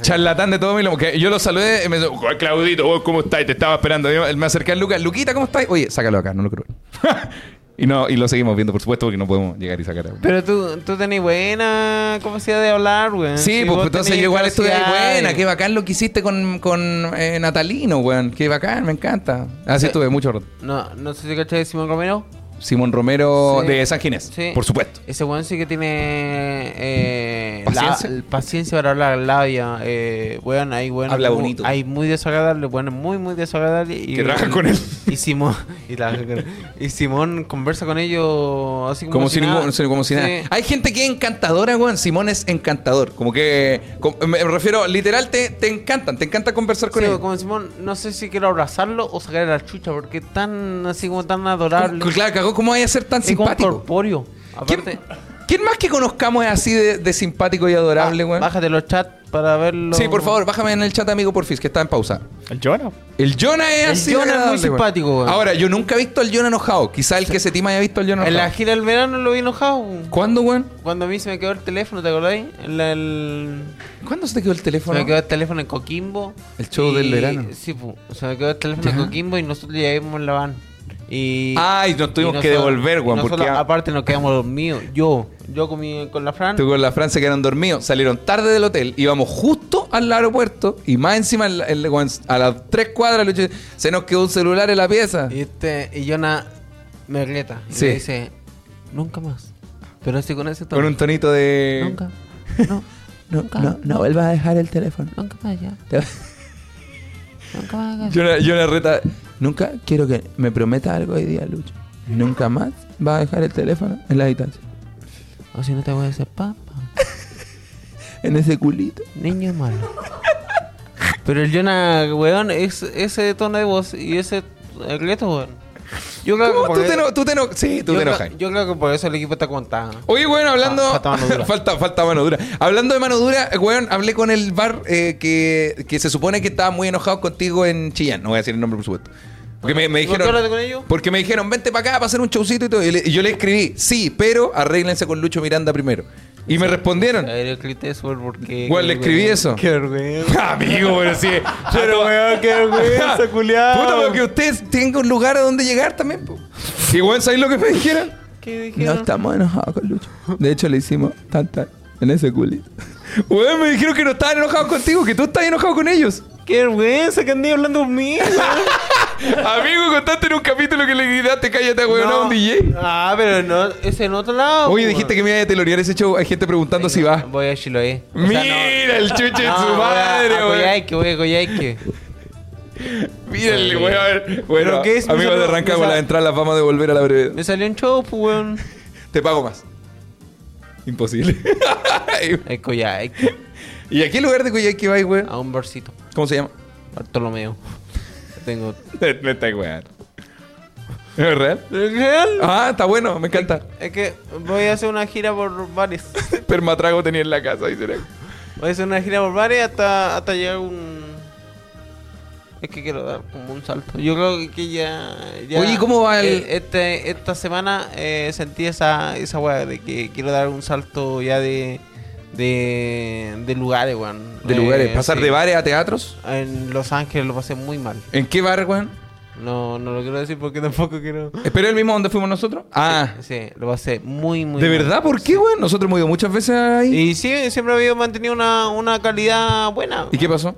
charlatán de todo mi lomo, que yo lo saludé, y me dijo, Claudito, vos cómo estás, te estaba esperando, Yo me acerqué a Lucas, Luquita, ¿cómo estás? Oye, sácalo acá, no lo creo. y no, y lo seguimos viendo, por supuesto, porque no podemos llegar y sacar a Pero tú, tú tenés buena capacidad de hablar, güey. Sí, Si pues vos entonces tenés yo igual estuve ahí. capacidad Buena, y- qué bacán lo que hiciste con, con eh, Natalino, weón. Qué bacán, me encanta. Así estuve mucho rato. No, no sé si caché de Simón Romero. Simón Romero Sí. de San Ginés, Sí. por supuesto. Ese weón sí que tiene eh, ¿Paciencia? la- el paciencia para hablar labia. Eh, weón, hay weón. Habla muy- bonito. Hay muy desagradable, weón, muy, muy desagradable. Y, Que trabajan con él. Y Simón, y, trabajan con él. Y Simón conversa con ellos así como, Como si, ningún- sí, como si nada. Sí. Hay gente que es encantadora, weón. Simón es encantador. Como que. com- me refiero, literal, te, te encantan. Te encanta conversar con Sí, ellos. como Simón, no sé si quiero abrazarlo o sacarle la chucha porque es tan así como tan adorable. Como- Claro, cagó. ¿Cómo vaya a ser tan es como simpático? corpóreo. ¿Quién, Aparte, quién más que conozcamos es así de, de simpático y ba- adorable, weón? bájate los chats para verlo. Sí, por favor, bájame en el chat, amigo Porfis, que está en pausa. ¿El Jonah? El Jonah es El así. Jonah es muy agradable, weón. simpático, weón. Ahora, yo nunca he visto al Jonah enojado. Quizá el que se tima haya visto al Jonah En la enojado. gira del verano lo vi enojado. ¿Cuándo, weón? Cuando a mí se me quedó el teléfono, ¿te acordáis? En la- el- ¿Cuándo se te quedó el Se teléfono? me quedó el teléfono en Coquimbo. El show y- del verano. Sí, pu, se me quedó el teléfono en Ya. Coquimbo y nosotros llegamos en la van. Y, Ah, y nos tuvimos que devolver, Juan. weón, porque- aparte nos quedamos dormidos. Yo, yo con, mi- con la Fran. Tú con la Francia quedaron dormidos, salieron tarde del hotel, íbamos justo al aeropuerto y más encima el- el- weón, a las tres cuadras Lucho, se nos quedó un celular en la pieza. Y este, y Jonah me reta y Ah. Sí. me dice, nunca más. Pero así con ese tono. Con un eh. tonito de. Nunca. No, No, no, no vuelvas a dejar el teléfono. Nunca más ya. Te- Nunca más ya. Yo una reta. Nunca quiero que me prometa algo hoy día, Lucho. Nunca más va a dejar el teléfono en la distancia. o si no te voy a hacer papa. En ese culito. Niño malo. Pero el Jonah, weón, es ese tono de voz y ese reto, weón. Yo creo ¿Cómo? por Tú te, eso- eno- tú te eno- Sí, tú yo te creo- enojas. Yo creo que por eso el equipo está contado. Oye, bueno, hablando. Ah, falta mano dura. falta, falta mano dura. Hablando de mano dura, eh, weón, hablé con el bar eh, que, que se supone que estaba muy enojado contigo en Chillán. No voy a decir el nombre, por supuesto. Porque me, me ¿Y por qué dijeron. hablaste con ellos? Porque me dijeron, vente para acá para hacer un showcito y todo. Y, le- y yo le escribí, sí, pero arréglense con Lucho Miranda primero. Y me respondieron. A ver, el clip de Sword, porque. Weón, le escribí eso. Qué vergüenza. Amigo, pero sí. Pero, weón, qué vergüenza, culiao. Puta, pero que ustedes tengan un lugar a donde llegar también, po. Y weón, ¿sabéis lo que me dijeron? ¿Qué dijeron? estamos enojados con Lucho. De hecho, le hicimos tanta en ese culito. Weón, me dijeron que no estaban enojados contigo, que tú estás enojado con ellos. Qué vergüenza que andé hablando conmigo. Amigo, contaste en un capítulo que le gritaste, cállate, weón, a un DJ. Ah, pero no, ese en otro lado. pues. Oye, dijiste que me iba a telorear ese show. Hay gente preguntando si va. Voy a Chiloé. Mira el chuche en su madre, weón. weón. Coyhaique, voy a Coyhaique. Mírenle, Oye. weón. Bueno, ¿Pero qué es? Me amigos de salió- Rancagua, me las sal- entradas las vamos a devolver a la brevedad. Me salió un show, pues, weón. Te pago más. Imposible. En Coyhaique. ¿Y a qué lugar de Coyhaique vais, weón? A un barcito. ¿Cómo se llama? Bartolomeo. Tengo. Me está weón. ¿Es real? ¿Real? Ah, está bueno, me encanta. Es que voy a hacer una gira por bares. Permatrago tenía en la casa, dice. Voy a hacer una gira por bares hasta, hasta llegar a un. Es que quiero dar como un salto. Yo creo que ya. ya- Oye, ¿cómo va el- eh, Este, esta semana eh, sentí esa, esa weá de que quiero dar un salto ya de. De, de lugares, weón. De Eh, lugares, pasar sí. de bares a teatros. En Los Ángeles lo pasé muy mal. ¿En qué bar, weón? No, no lo quiero decir porque tampoco quiero. ¿Espera el mismo donde fuimos nosotros? Ah, Sí, lo pasé muy, muy ¿de mal. verdad? ¿Por qué, weón? Nosotros hemos ido muchas veces ahí. Y sí, siempre había mantenido una, una calidad buena. ¿Y qué pasó?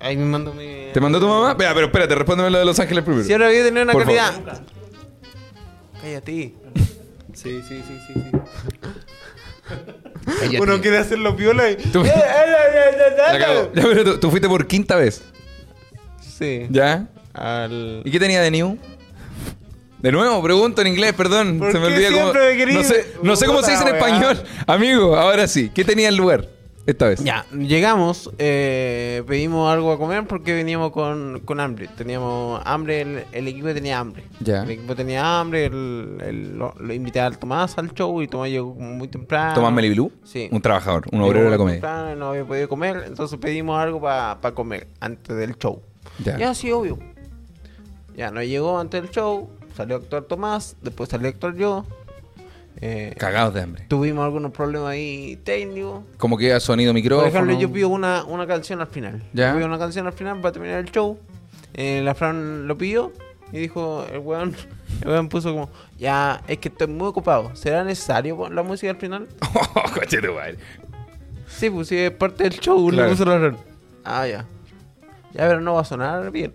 Ahí me mandó mi. ¿Te mandó tu mamá? Vea, pero espérate, respóndeme lo de Los Ángeles primero. Si ahora voy a tener una Por calidad. favor. Cállate. Sí, sí, sí, sí, sí. Uno quiere hacer los viola y. Eh, Tú- La cagó. Ya, pero tú, tú fuiste por quinta vez. Sí. ¿Ya? Al. ¿Y qué tenía de new? De nuevo, pregunto en inglés, perdón. ¿Por se me qué olvida cómo. siempre me querís- No sé, no sé cómo se dice en Puta, weá. español. Amigo, ahora sí. ¿Qué tenía el lugar esta vez? Ya, llegamos, eh, pedimos algo a comer porque veníamos con, con hambre. Teníamos hambre, el, el equipo tenía hambre. Ya. El equipo tenía hambre, el, el- lo, lo invité al Tomás al show y Tomás llegó como muy temprano. Tomás Melibilú, Sí. un trabajador, un obrero de la Llegó muy comedia. temprano, No había podido comer, entonces pedimos algo para comer antes del show. Ya. Ya, sí, obvio. Ya, no llegó antes del show, salió a actuar Tomás, después salió a actuar yo. Eh, Cagados de hambre. tuvimos algunos problemas ahí técnicos. Como que sonido Por micrófono. ejemplo, yo pido una, una canción al final. Ya. Yo pido una canción al final para terminar el show. Eh, la Fran lo pidió y dijo, el weón, el weón puso como, ya, es que estoy muy ocupado. ¿Será necesario pon- la música al final? Ah. Oh, Coche tu madre. Sí, pues sí, es parte del show, Claro. le puso la Fran. Ah, ya. Ya, pero no va a sonar bien.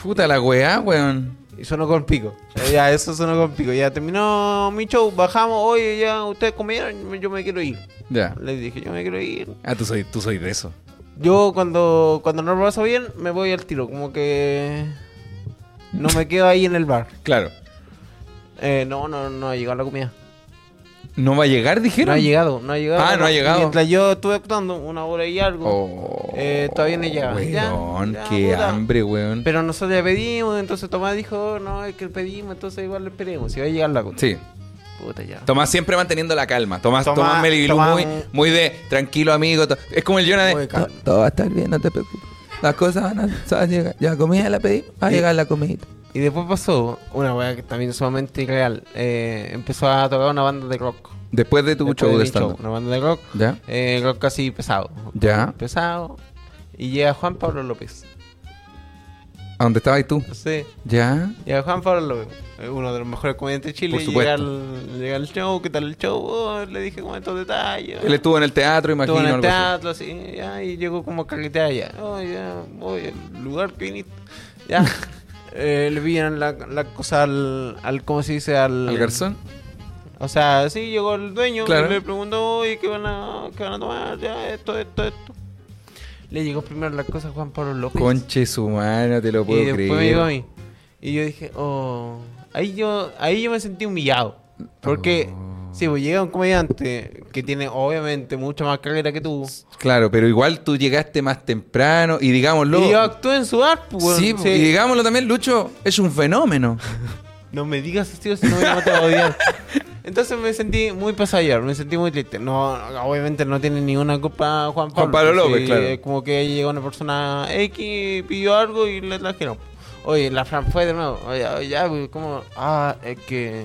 Puta la weá, weón. Y sonó con pico. Eh, Ya, eso sonó con pico. Ya terminó mi show, bajamos, oye, ya, ustedes comieron, yo me quiero ir. Ya. Les dije, yo me quiero ir. Ah, tú soy, tú soy de eso. Yo cuando, cuando no lo paso bien, me voy al tiro, como que no me quedo ahí en el bar. Claro. Eh, no, no, no ha llegado la comida. ¿No va a llegar, No dijeron? ha llegado, no ha llegado. Ah, no ha Y llegado. Mientras yo estuve actuando una hora y algo, Oh, Eh, todavía no llega. Ya, Weón, ya, qué puta. hambre, weón. pero nosotros ya pedimos, entonces Tomás dijo, "Oh, no, es que pedimos, entonces igual le esperemos, si va a llegar la comida. Sí. Puta ya. Tomás siempre manteniendo la calma. Tomás, Tomás, Tomás- Melibilú Tomás- muy, muy de tranquilo, amigo. to- Es como el Jonah de. Muy calmo. "To- Todo va a estar bien, no te preocupes. Las cosas van a, se van a llegar. Ya, comida la pedí, va a Sí. llegar la comidita. Y después pasó una weá que también es sumamente irreal. Eh, empezó a tocar una banda de rock. Después de tu Después show de de mi show, stand Una banda de rock. Ya. Eh, rock casi pesado. Ya. Pesado. Y llega Juan Pablo López. ¿A dónde estabas tú? Entonces, Ya. llega Juan Pablo López, eh, uno de los mejores comediantes de Chile. Por y supuesto. Llega al, llega al show, ¿qué tal el show? Oh, le dije como estos detalles. Él estuvo en el teatro, imagino. Estuvo en el algo así. teatro, así, ya, y llegó como carreteada ya. Oh, ya, voy al lugar que viniste. Ya. Eh, le pillan la, la cosa al, al, ¿cómo se dice? Al, ¿Al garzón? O sea, sí, llegó el dueño Claro. y le preguntó, oye, ¿qué van a, qué van a tomar? Ya, esto, esto, esto. Le llegó primero la cosa a Juan Pablo López. Conche su mano, te lo puedo y después creer. me llegó a mí. Y yo dije, oh. Ahí yo, ahí yo me sentí humillado. Porque, sí, pues llega un comediante que tiene obviamente mucha más carrera que tú. Claro, pero igual tú llegaste más temprano y digámoslo. Y yo actúe en su bar, pues, weón. sí, Sí. y digámoslo también, Lucho, es un fenómeno. No me digas este tío, si no me mato a odiar. Entonces me sentí muy pasallar, me sentí muy triste. No, obviamente no tiene ninguna culpa Juan Pablo. Juan Pablo López, Sí, claro. es Como que llegó una persona X, pidió algo y le trajeron. Oye, la Fran fue de nuevo. Oye, oye, ya, güey, como, ah, es que.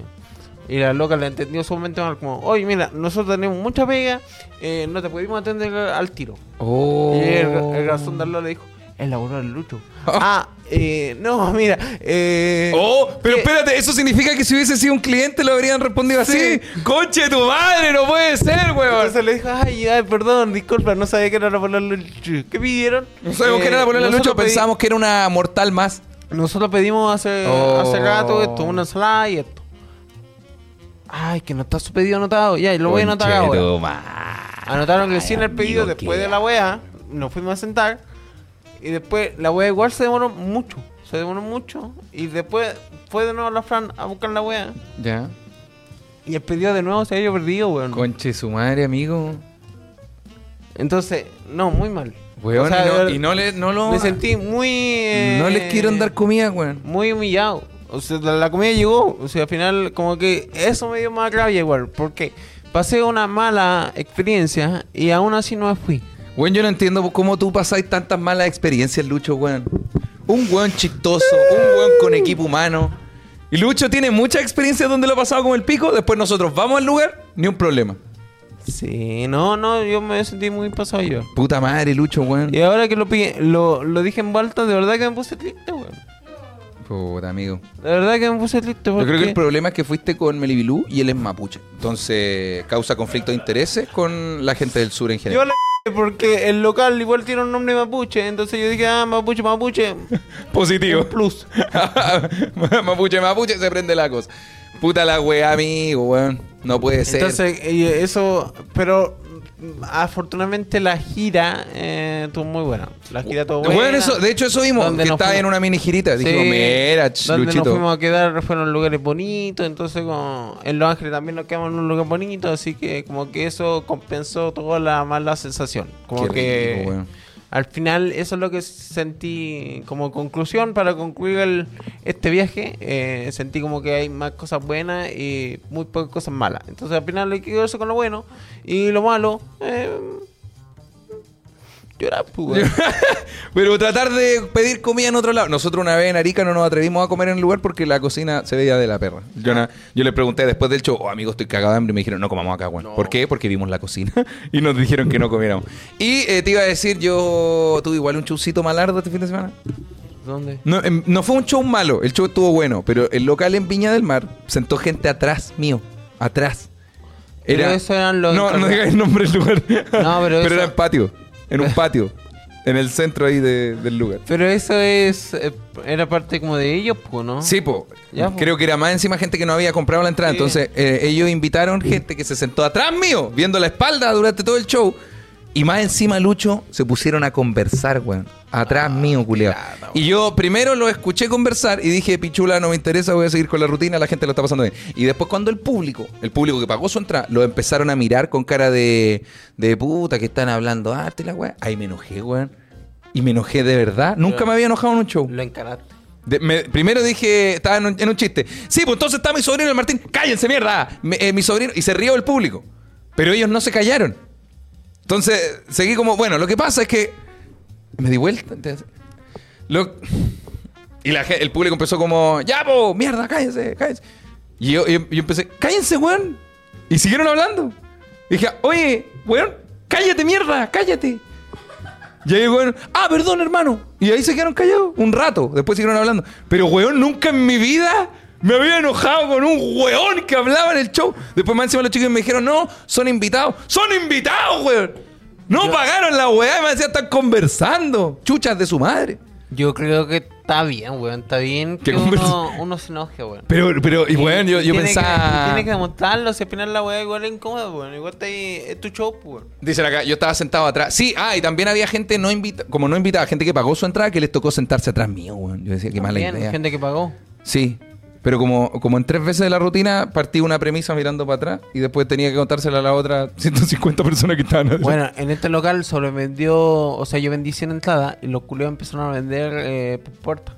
Y la loca la entendió sumamente mal. Como, oye, mira, nosotros tenemos mucha pega, eh, no te pudimos atender al tiro. Oh. Y el, el garzón de al lado le dijo, es la hora del Lucho. Ah, Eh, no, mira. Eh, Oh, pero espérate, eso significa que si hubiese sido un cliente lo habrían respondido Sí. así. ¡Conche tu madre! ¡No puede ser, weón! Entonces le dijo, ay, ay, perdón, disculpa, no sabía que era la polola Lucho. ¿Qué pidieron? No sabemos Eh, que era la ponerle nosotros Lucho, pedi- pensábamos que era una mortal más. Nosotros pedimos hace, Oh. hace rato esto, una ensalada y esto. Ay, que no está su pedido anotado. Ya, lo voy a anotar Conche ahora. tu ma- Anotaron recién el amigo, pedido después qué de la wea. Nos fuimos a sentar. Y después la wea igual se demoró mucho. Se demoró mucho. Y después fue de nuevo la Fran a buscar la wea. Ya. Y el pedido de nuevo se había perdido, weón. Mm. Conche su madre, amigo. Entonces, no, muy mal. Weón, O sea, y, no, de- y no le, no lo. Me sentí muy. eh, No les quiero andar comida, weón. Muy humillado. O sea, la, la comida llegó. O sea, al final, como que eso me dio más rabia igual. Porque pasé una mala experiencia y aún así no me fui. Weón, yo no entiendo cómo tú pasáis tantas malas experiencias, Lucho, weón. Un weón chistoso, un weón con equipo humano. Y Lucho tiene muchas experiencias donde lo ha pasado con el pico. Después nosotros vamos al lugar, ni un problema. Sí, no, no, yo me sentí muy pasado yo. Puta madre, Lucho, weón. Y ahora que lo, pi- lo, lo dije en vuelta, de verdad que me puse triste, weón. Puta, amigo. De verdad que me puse triste. Yo Porque... creo que el problema es que fuiste con Melibilú y él es mapuche. Entonces, causa conflicto de intereses con la gente del sur en Yo general. la porque el local igual tiene un nombre mapuche. Entonces yo dije, ah, mapuche, mapuche. Positivo. Plus. mapuche, mapuche, se prende la cosa. Puta la weá, amigo, weón. No puede ser. Entonces, eh, eso. Pero mm, afortunadamente la gira eh, estuvo muy buena. La gira estuvo buena. Bueno, eso, de hecho eso vimos, Donde que nos estaba fuimos- en una mini girita. Sí, Dijimos, mira, ch, donde nos Luchito. fuimos a quedar fueron lugares bonitos, entonces como en Los Ángeles también nos quedamos en un lugar bonito, así que como que eso compensó toda la mala sensación. Como Qué que rico, weón. al final eso es lo que sentí como conclusión para concluir el- este viaje. eh, sentí como que hay más cosas buenas y muy pocas cosas malas. Entonces al final hay que quedarse con lo bueno y lo malo. Eh, llorar, pues, weón. Pero tratar de pedir comida en otro lado. Nosotros una vez en Arica no nos atrevimos a comer en el lugar porque la cocina se veía de la perra. Ah. Yo, na- yo le pregunté después del show, oh, amigo, estoy cagado de hambre. Y me dijeron, no comamos acá, weón. ¿Por qué? Porque vimos la cocina y nos dijeron que no comiéramos. Y eh, te iba a decir, yo tuve igual un showcito malardo este fin de semana. ¿Dónde? No, em, no fue un show malo, el show estuvo bueno, pero el local en Viña del Mar sentó gente atrás mío, atrás. Pero eso eran los No, no encargados. digas el nombre del lugar. pero eso- era en patio, en un patio, en el centro ahí de- del lugar. Pero eso es. eh, Era parte como de ellos, pues, ¿no? Sí, po. Ya, po. Creo que era más encima gente que no había comprado la entrada. Sí. Entonces, eh, ellos invitaron gente que se sentó atrás mío, viendo la espalda durante todo el show. Y más encima, Lucho, se pusieron a conversar, weón. Ah, Atrás mío, culiao. Y yo primero lo escuché conversar y dije, pichula, no me interesa, voy a seguir con la rutina, la gente lo está pasando bien. Y después cuando el público, el público que pagó su entrada, lo empezaron a mirar con cara de, de puta, que están hablando arte y la weá. Ahí me enojé, weón. Y me enojé de verdad. Nunca me había enojado en un show. Lo encaraste. De- me- primero dije, estaba en un, en un chiste. Sí, pues entonces está mi sobrino el Martín. ¡Cállense, mierda! Me- eh, mi sobrino. Y se rió el público. Pero ellos no se callaron. Entonces, seguí como, bueno, lo que pasa es que. Me di vuelta. entonces, lo- y la, ge- el público empezó como, ¡Ya, po! ¡Mierda! ¡Cállense! ¡Cállense! Y yo, yo- yo empecé, ¡Cállense, weón! Y siguieron hablando. Y dije, oye, weón, cállate, mierda, cállate. Y ahí, weón, ah, perdón, hermano. Y ahí se quedaron callados un rato. Después siguieron hablando. Pero, weón, nunca en mi vida me había enojado con un weón que hablaba en el show. Después, más encima, los chicos me dijeron, no, son invitados. ¡Son invitados, weón! No pagaron la weá y me decían, están conversando. Chuchas de su madre. Yo creo que está bien, weón. Está bien ¿Qué que uno, conversa- uno se enoje, weón. Pero, pero, y weón, yo, yo Tiene pensaba. Que, tiene que demostrarlo. Si al final la weá igual es incómoda, weón. Igual está ahí. Es tu show, pues, weón. Dicen acá, yo estaba sentado atrás. Sí, ah, y también había gente no invita, como no invitada, gente que pagó su entrada que les tocó sentarse atrás mío, weón. Yo decía, qué mala También, idea. gente que pagó. Sí. Pero como, como en tres veces de la rutina, partí una premisa mirando para atrás y después tenía que contársela a la otra 150 personas que estaban atrás. Bueno, en este local solo vendió. O sea, yo vendí 100 entradas y los culeos empezaron a vender eh, por puerta.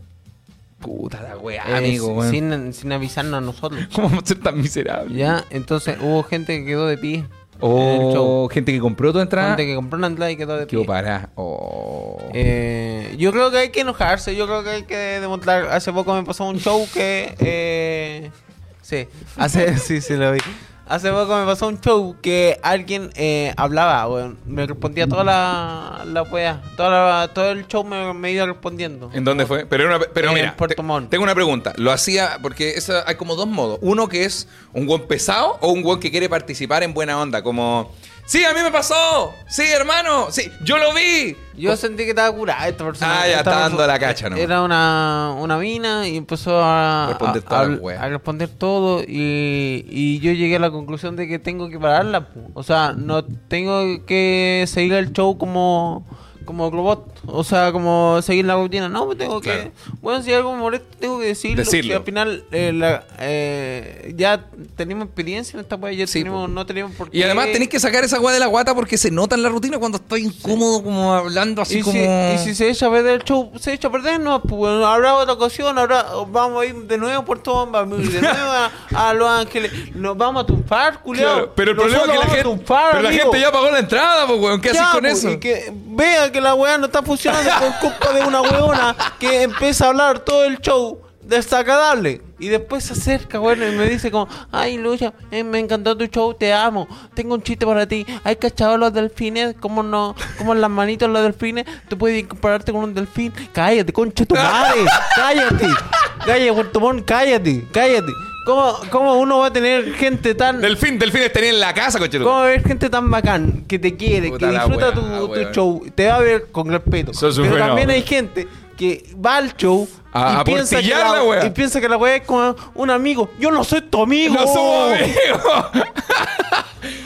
Puta la weá, Eh, Ah, amigo, sin- weón. sin, sin avisarnos a nosotros. ¿Cómo vamos a ser tan miserables? Ya, entonces hubo gente que quedó de pie. en el show. O gente que compró tu entrada. Gente que compró una entrada y quedó de Que pie. vos parás. Oh. Eh, yo creo que hay que enojarse, yo creo que hay que demostrar. Hace poco me pasó un show que. eh, sí, hace, sí, sí, lo vi. Hace poco me pasó un show que alguien eh, hablaba, weón. Me respondía toda la, la wea. Toda la- todo el show me, me iba respondiendo. ¿En dónde fue? Pero, era una- pero En mira, Puerto te- Montt. tengo una pregunta. Lo hacía porque esa, hay como dos modos. Uno que es un buen pesado o un buen que quiere participar en buena onda. Como, sí, a mí me pasó. Sí, hermano. Sí, yo lo vi. Yo sentí que estaba curada esta persona. Pues- Ah, ya, Esta está dando persona- la cacha nomás. Era una, una mina y empezó a Responder a- todas a- las weas. a responder todo. Y, y yo llegué a la conclusión de que tengo que pararla. po. O sea, no tengo que seguir el show como, como robot. O sea, como seguir la rutina. No, pues tengo que. Claro. Bueno, si algo me molesta, tengo que decirlo. Decirlo. que al final, eh, la- eh, ya tenemos experiencia en esta wea. Ya Sí, tenemos, po. no tenemos por qué. Y además tenés que sacar esa agua de la guata porque se nota en la rutina cuando estoy incómodo, como hablando así y, como. si, y si se echa a perder el show, se echa a perder, no, pues bueno, habrá otra ocasión, habrá, vamos a ir de nuevo a Puerto Montt, vamos a ir de nuevo a, a Los Ángeles, nos vamos a tumpar, culiao. Claro, pero el problema es que la Nosotros vamos a gente, tumpar, pero la amigo. gente ya pagó la entrada, pues, weón. ¿Qué haces Ya, con pues, eso? y que vea que la weá no está funcionando por culpa de una weona que empieza a hablar todo el show desagradable. Y después se acerca, bueno, y me dice como, ay Lucha, eh, me encantó tu show, te amo, tengo un chiste para ti, hay cachado los delfines, como no, como las manitos de los delfines, tú puedes compararte con un delfín, cállate, concha tu madre, cállate, cállate, Huertomón, cállate, cállate. ¿Cómo, ¿Cómo uno va a tener gente tan Delfín, Delfín es tener en la casa, coche. ¿Cómo va a haber gente tan bacán que te quiere, Puta que la disfruta weá, ah, tu, weón. tu show? Te va a ver con respeto. Sos un Pero fenómeno. también hay gente que va al show A- a que portillar la weá. y piensa que la weá es como un amigo. Yo no soy tu amigo. ¡No somos amigos!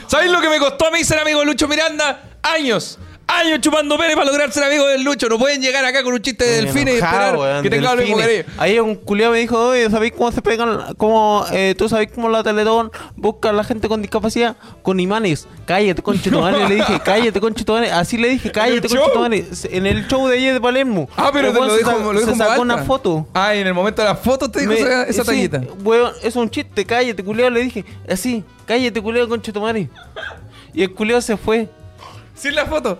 ¿Sabéis lo que me costó a mí ser amigo de Lucho Miranda? Años. Años chupando pene para lograr ser amigo del Lucho. No pueden llegar acá con un chiste de delfines y Enojado, esperar weón, que tenga el mismo delfines. cariño. Ahí un culiao me dijo, oye, ¿sabéis cómo se pegan? Cómo, eh, ¿Tú sabéis cómo la Teletón busca a la gente con discapacidad? Con imanes. Cállate, conchetumare. le dije, cállate, conchetumare. Así le dije, cállate, show? conchetumare. En el show de ayer de Palermo. Ah, pero te weón lo se dijo, sa- lo dijo Se en sacó voz una alta. foto. Ah, y en el momento de la foto te dijo Me- esa, esa sí, tallita. Weón, es un chiste, cállate, culiao. Le dije, así, cállate, culiao, conchetumare. Y el culiao se fue. Sin la foto.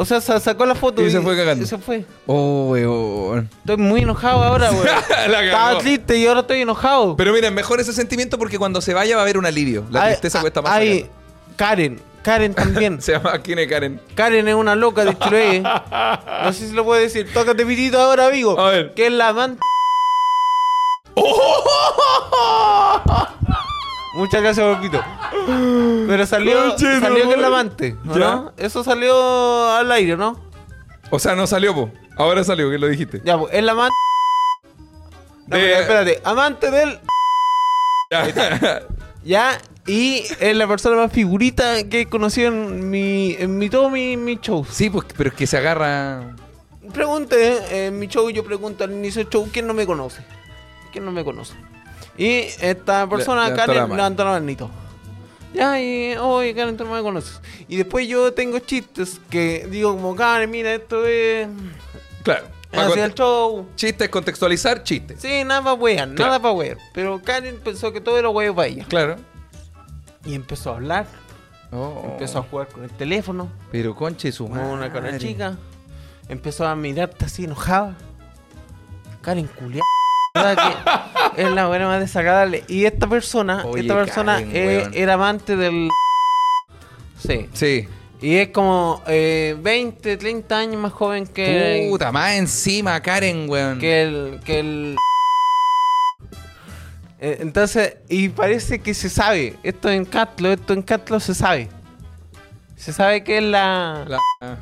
O sea, sa- sacó la foto Y se fue cagando. Se fue. Oh, weón. Estoy muy enojado ahora, weón. La Estaba cagó. triste y ahora estoy enojado. Pero miren, mejor ese sentimiento porque cuando se vaya va a haber un alivio. La Ay, tristeza cuesta más. ay, Karen, Karen sacarla. también. Se llama ¿Quién es Karen? Karen es una loca de Chiloé. No sé si lo puedo decir. Tócate pitito ahora, amigo. A ver. Que es la amante. Muchas gracias, papito. Pero salió, Conche, salió no, que es la amante, ¿o ya. ¿no? Eso salió al aire, ¿no? O sea, no salió, po. Ahora salió, que lo dijiste. Ya, pues, es la amante. No, De- pero espérate, amante del. Ya, y es la persona más figurita que he conocido en mi. en mi todo mi, mi show. Sí, pues, pero es que se agarra. Pregunté, en mi show yo pregunto al inicio del show quién no me conoce. ¿Quién no me conoce? Y esta persona, levantó la Karen, mano. levantó la manito. Ya, y oye, Karen, tú no me conoces. Y después yo tengo chistes que digo como, Karen, mira, esto es... Claro. es Hacia Ah, el show. Chiste es contextualizar chiste. Sí, nada para wear, Claro. nada para wear. Pero Karen pensó que todo era huevo para ella. Claro. Y empezó a hablar, empezó a jugar con el teléfono, Oh. Pero conche su como una cara madre. chica. Empezó a mirarte así enojada. Karen culia. es la buena más desagradable. Y esta persona, Oye, esta persona Karen, eh, weón. era amante del. Sí. Sí. Y es como eh, 20, 30 años más joven que. Puta, más encima, Karen, weón. Que el. Que el... Eh, Entonces, y parece que se sabe. Esto en Catlo, esto en Catlo se sabe. Se sabe que es la La-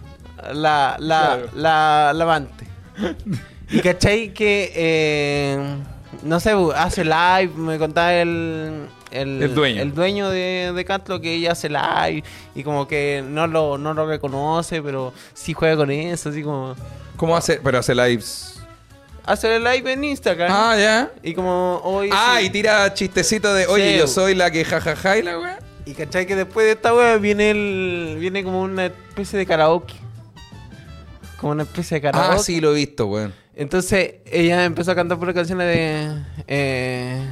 la, la, Claro. la, la amante. Y cachai que, eh, no sé, bu, hace live, me contaba el, el, El dueño. de, de Catlo que ella hace live y como que no lo, no lo reconoce, pero sí juega con eso, así como... ¿Cómo hace? Pero hace lives. Hace el live en Instagram. Ah, ya. Y como hoy... Ah, sí. y tira chistecito de, oye, Sí. yo soy la que jajaja y la weón. Y cachai que después de esta wea viene el, viene como una especie de karaoke. Como una especie de karaoke. Ah, sí, lo he visto, weón. Entonces ella empezó a cantar por canciones de. eh,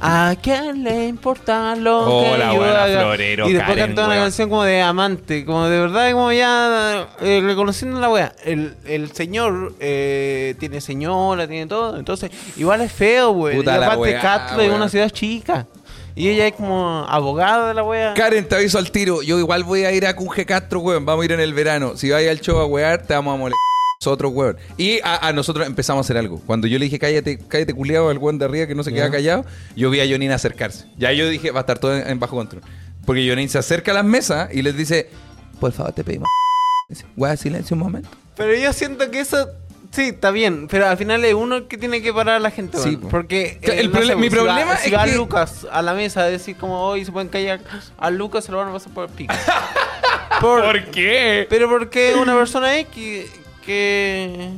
¿A quién le importa lo Hola, que yo buena haga? florero, y después Karen, cantó una weón. canción como de amante, como de verdad, como ya eh, reconociendo la wea. El, el señor eh, tiene señora, tiene todo, entonces igual es feo, güey. Y Puta la aparte, weá, Catlo es weón. una ciudad chica. Y ella es como abogada de la wea. Karen, te aviso al tiro. Yo igual voy a ir a Cunge Castro, weón. Vamos a ir en el verano. Si vais al show a wear, te vamos a molestar nosotros, weón. Y a, a nosotros empezamos a hacer algo. Cuando yo le dije, cállate, cállate, culiado, al weón de arriba que no se queda callado, yo vi a Jonin acercarse. Ya yo dije, va a estar todo en, en bajo control. Porque Jonin se acerca a las mesas y les dice, por favor, te pedimos. Dice, Weón, silencio un momento. Pero yo siento que eso. Sí, está bien, pero al final es uno que tiene que parar a la gente, Sí, weón. po. porque eh, Que el prole- po, mi si problema va, si es va que- Lucas a la mesa a decir como hoy se pueden callar, a Lucas se lo van a pasar por el pico. Por- qué? pero porque una persona X que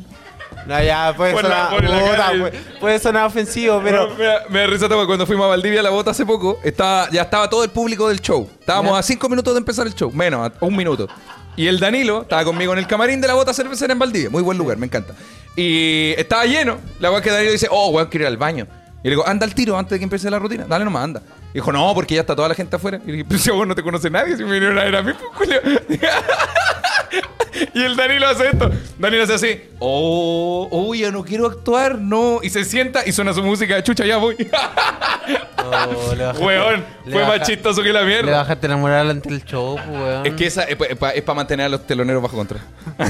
no, ya puede Por la- sonar por la puta, cara. puede- puede sonar ofensivo, pero me, da- me da risa porque cuando fuimos a Valdivia a la bota hace poco, estaba, ya estaba todo el público del show. Estábamos Ya. a cinco minutos de empezar el show, menos, a un minuto. Y el Danilo estaba conmigo en el camarín de la bota cervecera en Valdivia. Muy buen lugar, me encanta. Y estaba lleno. La weá que Danilo dice, oh, weón, quiero ir al baño. Y le digo, anda al tiro antes de que empiece la rutina. Dale nomás, anda. Y dijo, no, porque ya está toda la gente afuera. Y le dije, pero si a vos no te conoce nadie, si me vinieron a ver a mí, pues, culiao". Y el Danilo hace esto. Danilo hace así. Oh, oh, ya no quiero actuar, no. Y se sienta y suena su música de chucha, ya voy. Oh, le bajaste- Weón, le fue baja- más chistoso que la Le mierda. bajaste la moral ante el show, pues, weón. Es que esa es para mantener a los teloneros bajo control.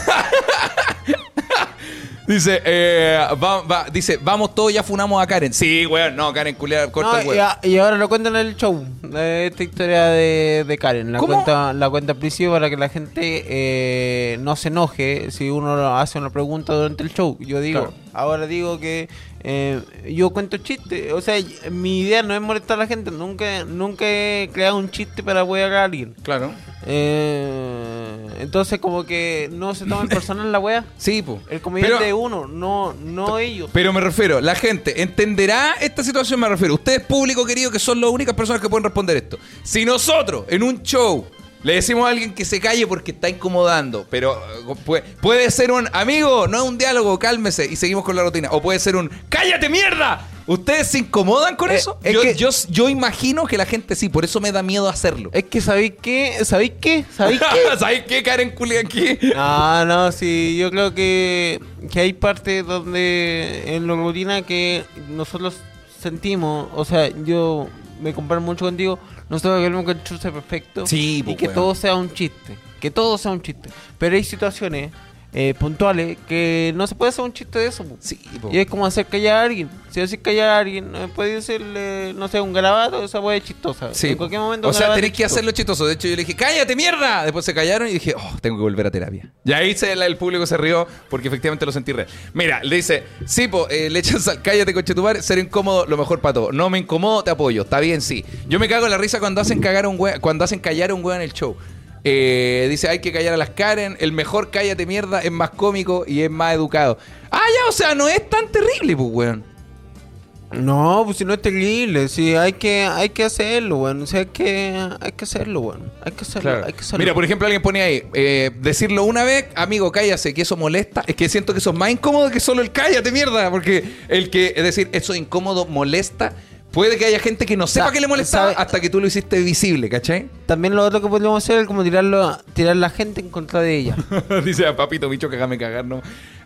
dice, eh, va- va- dice, vamos todos, ya funamos a Karen. Sí, weón, no, Karen, culiar, corta No, el y, weón. a- y ahora lo cuentan en el show. eh, Esta historia de, de Karen. La ¿Cómo? cuenta la cuenta al principio para que la gente eh, no se enoje si uno hace una pregunta durante el show. Yo digo, Claro. ahora digo que eh, yo cuento chistes. O sea, y- mi idea no es molestar a la gente. Nunca, nunca he creado un chiste para huear a alguien. Claro. Eh, entonces, como que no se toma en personal la wea. Sí, po. El Pero- comediante es uno, no, no ellos. Pero me refiero, la gente entenderá esta situación, me refiero. Ustedes, público querido, que son las únicas personas que pueden responder esto. Si nosotros, en un show, le decimos a alguien que se calle porque está incomodando, pero eh, puede, puede ser un amigo, no es un diálogo, cálmese y seguimos con la rutina. O puede ser un cállate mierda. ¿Ustedes se incomodan con Eh, eso? es yo, que- yo- yo imagino que la gente sí, por eso me da miedo hacerlo. Es que sabéis qué, sabéis qué, Eh, sabéis qué. ¿Sabes qué, Karen Culia aquí? No, Ah, no, sí, yo creo que, que hay partes donde en la rutina que nosotros sentimos, o sea, yo me comparo mucho contigo, nosotros queremos que el show sea perfecto Sí, y pues, que weón. todo sea un chiste, que todo sea un chiste, pero hay situaciones eh, puntuales que no se puede hacer un chiste de eso. po. Sí, pues. po. Y es como hacer callar a alguien. Si haces callar a alguien, eh, puede decirle, no sé, un garabato, esa puede chistosa. Sí. pues. En cualquier momento. O un sea, garabato tenés es que chistoso. hacerlo chistoso. De hecho, yo le dije, cállate, mierda. Después se callaron y dije, oh, tengo que volver a terapia. Y ahí se- la- el público se rió porque efectivamente lo sentí real. Mira, le dice, sí, po, eh, le echan sal, cállate, coche tu madre, ser incómodo, lo mejor para todo. No me incomodo, te apoyo. Está bien, sí. Yo me cago en la risa cuando hacen cagar a un wea- cuando hacen callar a un weón en el show. Eh, dice, hay que callar a las Karen, el mejor cállate mierda es más cómico y es más educado. Ah, ya, o sea, no es tan terrible, pues, weón. No, pues si no es terrible, si hay que, hay que hacerlo, weón. O sea, hay que, hay que hacerlo, weón. Hay que hacerlo, hay que hacerlo. Mira, por ejemplo, alguien pone ahí, eh, decirlo una vez, amigo, cállase, que eso molesta. Es que siento que eso es más incómodo que solo el cállate, mierda. Porque el que, es decir, eso incómodo molesta. Puede que haya gente que no sepa Sa- que le molestaba sabe- hasta que tú lo hiciste visible, ¿cachai? También lo otro que podríamos hacer es como tirarlo, a- tirar la gente en contra de ella. Dice, "Ah, papito, bicho, cagame cagar, ¿no?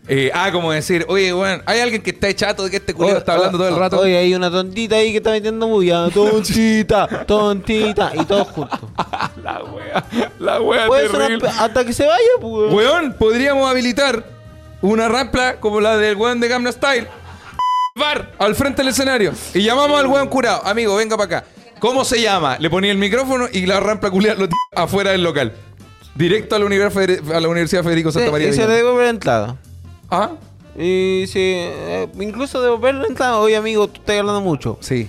Eh, ah, como decir, oye, bueno, hay alguien que está chato de que este culo está hablando todo el rato. Oh, ah, Oye, hay una tontita ahí que está metiendo bulla. Tontita, tontita. Y todos juntos. La wea, la wea Puede ser Ah, terrible. una- hasta que se vaya, pues, weón. Weón, podríamos habilitar una rapla como la del weón de Gamma Style. Bar, al frente del escenario. Y llamamos al weón curado. Amigo, venga para acá. ¿Cómo se llama? Le ponía el micrófono y la rampla culia lo tiraba afuera del local. Directo a la, Univers- Feder- a la Universidad Federico Santa María. Eh, Y de se le Viña. devuelve la entrada. ¿Ah? Y si, eh, incluso devolver la entrada. Oye, amigo, tú estás hablando mucho. Sí.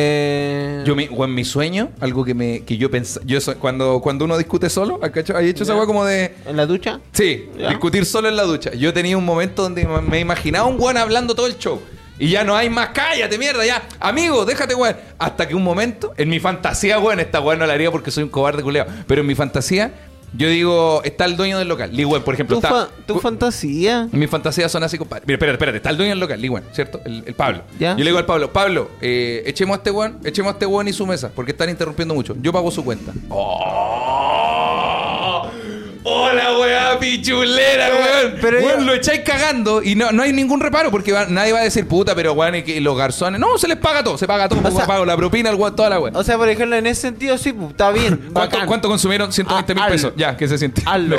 Eh, Yo, mi, weón, mi sueño, algo que me que yo pensaba. Yo so- cuando, cuando uno discute solo, ¿has cachado? ¿Has hecho esa Ya. weá como de. ¿En la ducha? Sí, Ya. discutir solo en la ducha. Yo tenía un momento donde me- me imaginaba un weón hablando todo el show. Y ya no hay más, cállate, mierda, ya. Amigo, déjate, weón. Hasta que un momento, en mi fantasía, weón, esta weón no la haría porque soy un cobarde culeado. Pero en mi fantasía, yo digo, está el dueño del local. Lee, weón, por ejemplo, Tu, está. fa- tu fantasía. Mis fantasías son así, compadre. Mira, espérate, espérate. Está el dueño del local, Lee, weón, ¿cierto? El, el Pablo. Ya. Yo le digo al Pablo, Pablo, eh, echemos a este weón, echemos a este weón y su mesa, porque están interrumpiendo mucho. Yo pago su cuenta. ¡Oh! ¡Hola, weá, pichulera, weón! pero Weón, yo- lo echáis cagando y no, no hay ningún reparo porque va- nadie va a decir, puta, pero weón, es que los garzones. No, se les paga todo, se paga todo, sea- pago la propina, el weón, toda la weá. O sea, por ejemplo, en ese sentido sí, pues, está bien. ¿Cuánto, bacán. cuánto consumieron? 120 mil Ah, pesos. hazlo. Ya, que se siente. Hazlo.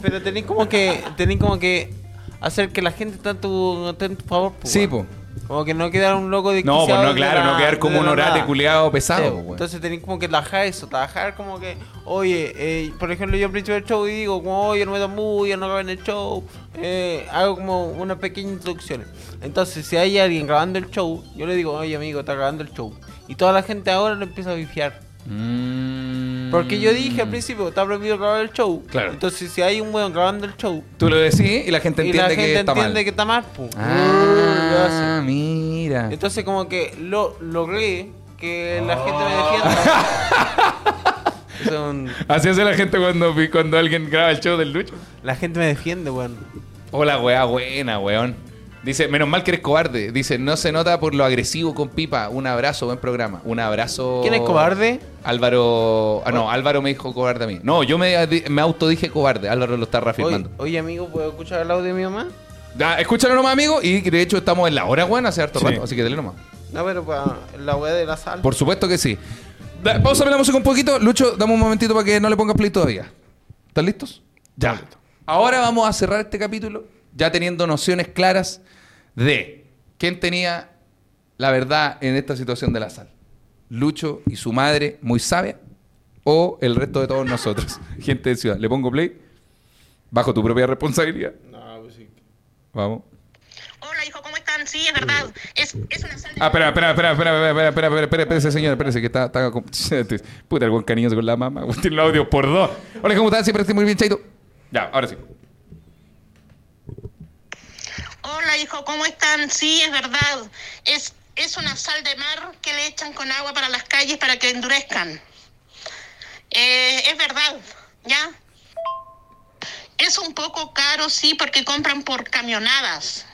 Pero tenéis como que tenéis como que hacer que la gente esté en tu, esté en tu favor. pues, Sí, weón. po. Como que no quedar un loco de No, pues no, claro, no quedar como un orate culiado pesado, po, weón. pues, Entonces tenéis como que trabajar eso, trabajar como que, oye, eh, por ejemplo, yo al principio del show y digo, como, oye, no me da muy, no acabo en el show, eh, hago como una pequeña introducción. Entonces, si hay alguien grabando el show, yo le digo, oye, amigo, está grabando el show. Y toda la gente ahora lo empieza a bifiar. Porque yo dije al principio, está prohibido grabar el show. Claro. Entonces, si hay un weón grabando el show, Tú lo decís y la gente y entiende la gente que está entiende mal. que está mal, pu. Lo hace. Ah, mira. Entonces como que lo logré que la gente me defienda. Son- Así hace la gente cuando, cuando alguien graba el show del Lucho. La gente me defiende, weón. Hola, weá, buena, weón. Dice, menos mal que eres cobarde. Dice, no se nota por lo agresivo con Pipa. Un abrazo, buen programa. Un abrazo. ¿Quién es cobarde? Álvaro. Ah, no, Álvaro me dijo cobarde a mí. No, yo me, me autodije cobarde. Álvaro lo está Oye, reafirmando. oye, amigo, ¿puedo escuchar el audio de mi mamá? Ya, escúchalo nomás, amigo. Y de hecho, estamos en la hora, weón, hace harto Sí. rato. Así que dale nomás. No, pero para la weá de la sal. Por supuesto que sí. Da- Pausame la música un poquito. Lucho, dame un momentito para que no le pongas play todavía. ¿Están listos? Ya. Ahora vamos a cerrar este capítulo ya teniendo nociones claras de quién tenía la verdad en esta situación de la sal. Lucho y su madre, muy sabia, o el resto de todos nosotros, gente de ciudad. Le pongo play bajo tu propia responsabilidad. Vamos. Hola, hijo, ¿cómo están? Sí, es verdad. Es, es una sal de... Ah, espera, espera, espera, espera, espera, espera, espera, espera, espera, espérese, señora, espérese, que está, está con- Puta, el buen cariñoso con la mamá. Tiene el audio por dos. Hola, ¿cómo estás? Siempre estoy muy bien, Chaito. Ya, ahora sí. Hola, hijo, ¿cómo están? Sí, es verdad. Es, es una sal de mar que le echan con agua para las calles para que endurezcan. Eh, es verdad, ¿ya? Es un poco caro, sí, porque compran por camionadas.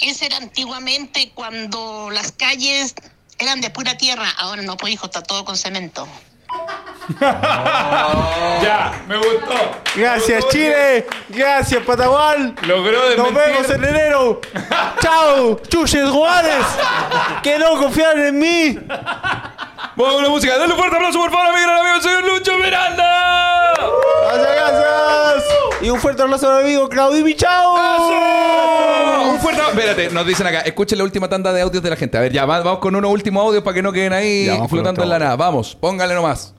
Ese era antiguamente cuando las calles eran de pura tierra. Ahora no, pues, hijo, está todo con cemento. Ya, me gustó. Gracias, Chile. Gracias, Patagual. Logró Nos vemos en enero. Chao, chuches Juárez. Que no confían en mí. Vamos con la música. Dale un fuerte aplauso, por favor, a mi gran amigo, el señor Lucho Miranda. Gracias, gracias. Y un fuerte abrazo a mi amigo Claudio Michao. Un fuerte Espérate, nos dicen acá. Escuchen la última tanda de audios de la gente. A ver, ya, va- vamos con unos últimos audios para que no queden ahí Ya, vamos con flotando otro. en la nada. Vamos, póngale nomás.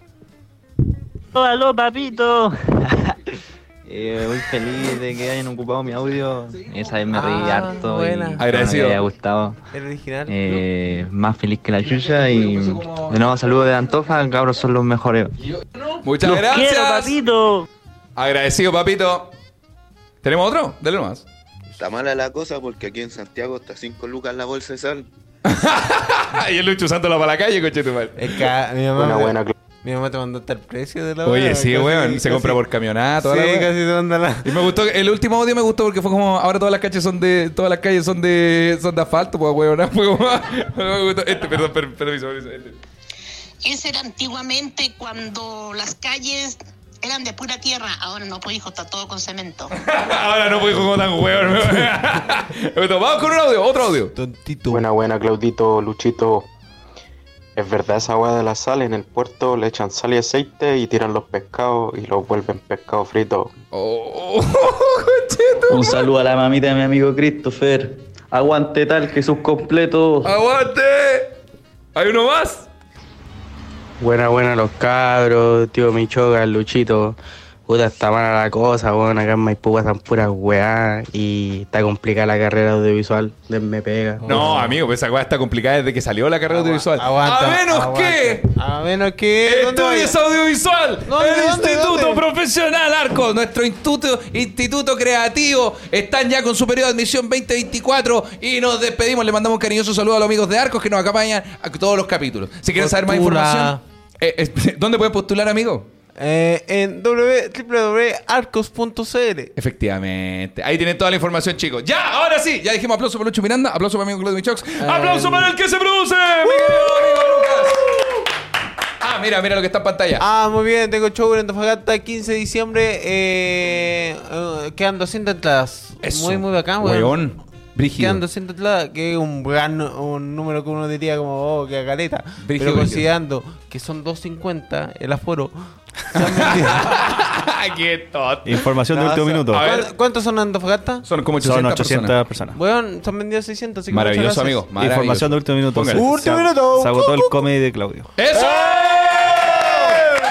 Aló, papito. Eh, muy feliz de que hayan ocupado mi audio. Esa vez me reí Ah, harto. y buena. espero que Agradecido. les haya gustado. El original. Eh, Más feliz que la chucha. Y de nuevo, saludos de Antofa. Cabros, son los mejores. Muchas Los gracias. quiero, papito. Agradecido, papito. ¿Tenemos otro? Dale nomás. Está mala la cosa porque aquí en Santiago está 5 lucas la bolsa de sal. y el Lucho usándola para la calle, coche tu madre. Es que ah, mi mamá. me- Mi mamá te mandó hasta el precio de la Oye, weá, sí, Ah, casi- weón. Se casi- compra por camionato. Sí, la weá. casi te manda la. Y me gustó, el último audio me gustó porque fue como, ahora todas las calles son de, todas las calles son de, son de asfalto, pues weón. Fue como, me gustó. Este, perdón, per- permiso, permiso. Este. Ese era antiguamente cuando las calles eran de pura tierra. Ahora no, pues hijo, está todo con cemento. Ahora no puedo jugar como tan weón. Me gustó. Vamos con un audio, otro audio. Tontito. Buena, buena, Claudito, Luchito. Es verdad, esa agua de la sal en el puerto le echan sal y aceite y tiran los pescados y los vuelven pescado frito. Un saludo a la mamita de mi amigo Christopher. Aguante tal que sus completos. ¡Aguante! ¿Hay uno más? Buena, buena los cabros, tío Michoga, el Luchito. Puta, está mala la cosa, weón. Acá en Maipú pasan puras weá y está complicada la carrera audiovisual. Me pega. No, amigo, pues esa weá está complicada desde que salió la Ah, carrera audiovisual. Aguanta, a menos aguanta. que A menos que. ¿dónde Estudios vaya? Audiovisual, ¿Dónde, el dónde, Instituto dónde? Profesional Arco, nuestro instituto, instituto creativo, están ya con su periodo de admisión 2024 y nos despedimos, le mandamos un cariñoso saludo a los amigos de Arcos que nos acompañan a todos los capítulos. Si quieren saber más Postula. información, eh, eh, ¿dónde pueden postular, amigo? Eh, en w- www.arcos.cl. Efectivamente. Ahí tienen toda la información, chicos. Ya, ahora sí. Ya dijimos aplauso para Lucho Miranda, aplauso Eh. para mi amigo Claudio Michox, aplauso para el que se produce, mi querido amigo Lucas. Ah, mira, mira lo que está en pantalla. Ah, muy bien, tengo show en Antofagasta 15 de diciembre. eh, eh, quedan 200 entradas. Eso, Muy, muy bacán, weón. weón, brígido. Quedan 200 entradas, que es un gran un número que uno diría como, oh, que caleta. Brígido, Pero brígido. considerando que son 250 el aforo. se han vendido. Qué tonto. Información de No, último o sea, minuto. A ver, ¿cuánto- ¿Cuántos son en Antofagasta? Son como Son 800 personas. Weón, se han vendido 600. así que Maravilloso, muchas gracias. amigo. Maravilloso. Información de último minuto. Póngale. Se- Último se- minuto. Se agotó el comedy de Claudio. ¡Eso!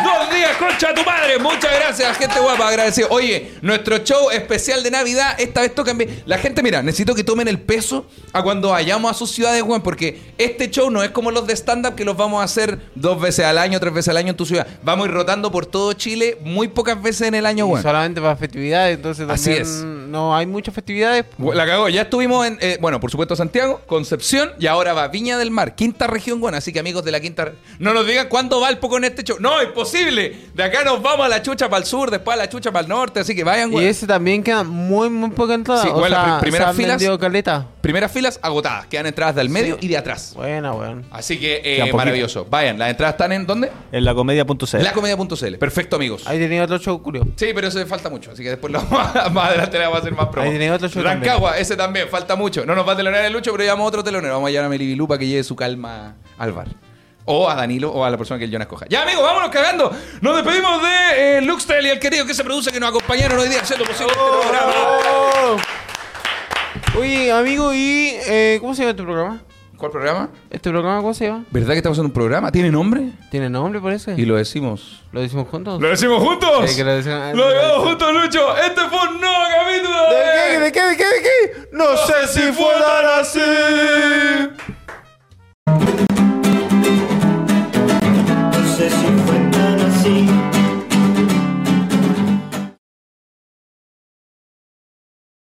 Dos días, concha de tu madre. Muchas gracias, gente guapa. Agradecido. Oye, nuestro show especial de Navidad, esta vez toca en vi- La gente, mira, necesito que tomen el peso a cuando vayamos a sus ciudades, Juan, porque este show no es como los de stand-up que los vamos a hacer dos veces al año, tres veces al año en tu ciudad. Vamos a ir rotando por todo Chile muy pocas veces en el año, Y Juan. solamente para festividades, entonces Así también es. no hay muchas festividades. La cagó, ya estuvimos en, eh, bueno, por supuesto Santiago, Concepción y ahora va Viña del Mar, quinta región, bueno, así que amigos de la quinta, re- no nos digan cuándo va el poco en este show, no, imposible, de acá nos vamos a la chucha para el sur, después a la chucha para el norte, así que vayan, Y güey. ese también queda muy, muy poca entrada. Sí, o bueno, las sea, prim- primeras se han filas- vendido caleta. Primeras filas agotadas, quedan entradas del medio y de atrás. Buena, weón. Así que eh, Quedan poquitas. maravilloso, vayan, las entradas están en ¿dónde? En la comedia.cl. Lacomedia.cl, perfecto amigos. Ahí tenía otro show, Curio. Sí, pero eso falta mucho, así que después lo vamos a- más adelante le vamos a hacer más promo. Ahí tenía otro show Rancagua, ese también, falta mucho. No nos va a telonear el Lucho, pero llevamos otro telonero. Vamos a llevar a Melibilú para que lleve su calma al bar. O a Danilo o a la persona que el Jonas coja. Ya, amigos, vámonos cagando. Nos despedimos de eh, Luxtel y el querido que se produce que nos acompañaron hoy día haciendo posible este programa. ¡Oh! Oye, amigo, ¿y eh, cómo se llama este programa? ¿Cuál programa? ¿Este programa cómo se llama? ¿Verdad que estamos en un programa? ¿Tiene nombre? ¿Tiene nombre, parece? Y lo decimos. ¿Lo decimos juntos? ¿Lo decimos juntos? Sí, que lo decimos- Lo llevamos juntos, Lucho. Este fue un nuevo capítulo. ¿De qué? ¿De qué? ¿De qué? ¿De qué? No, sé si fue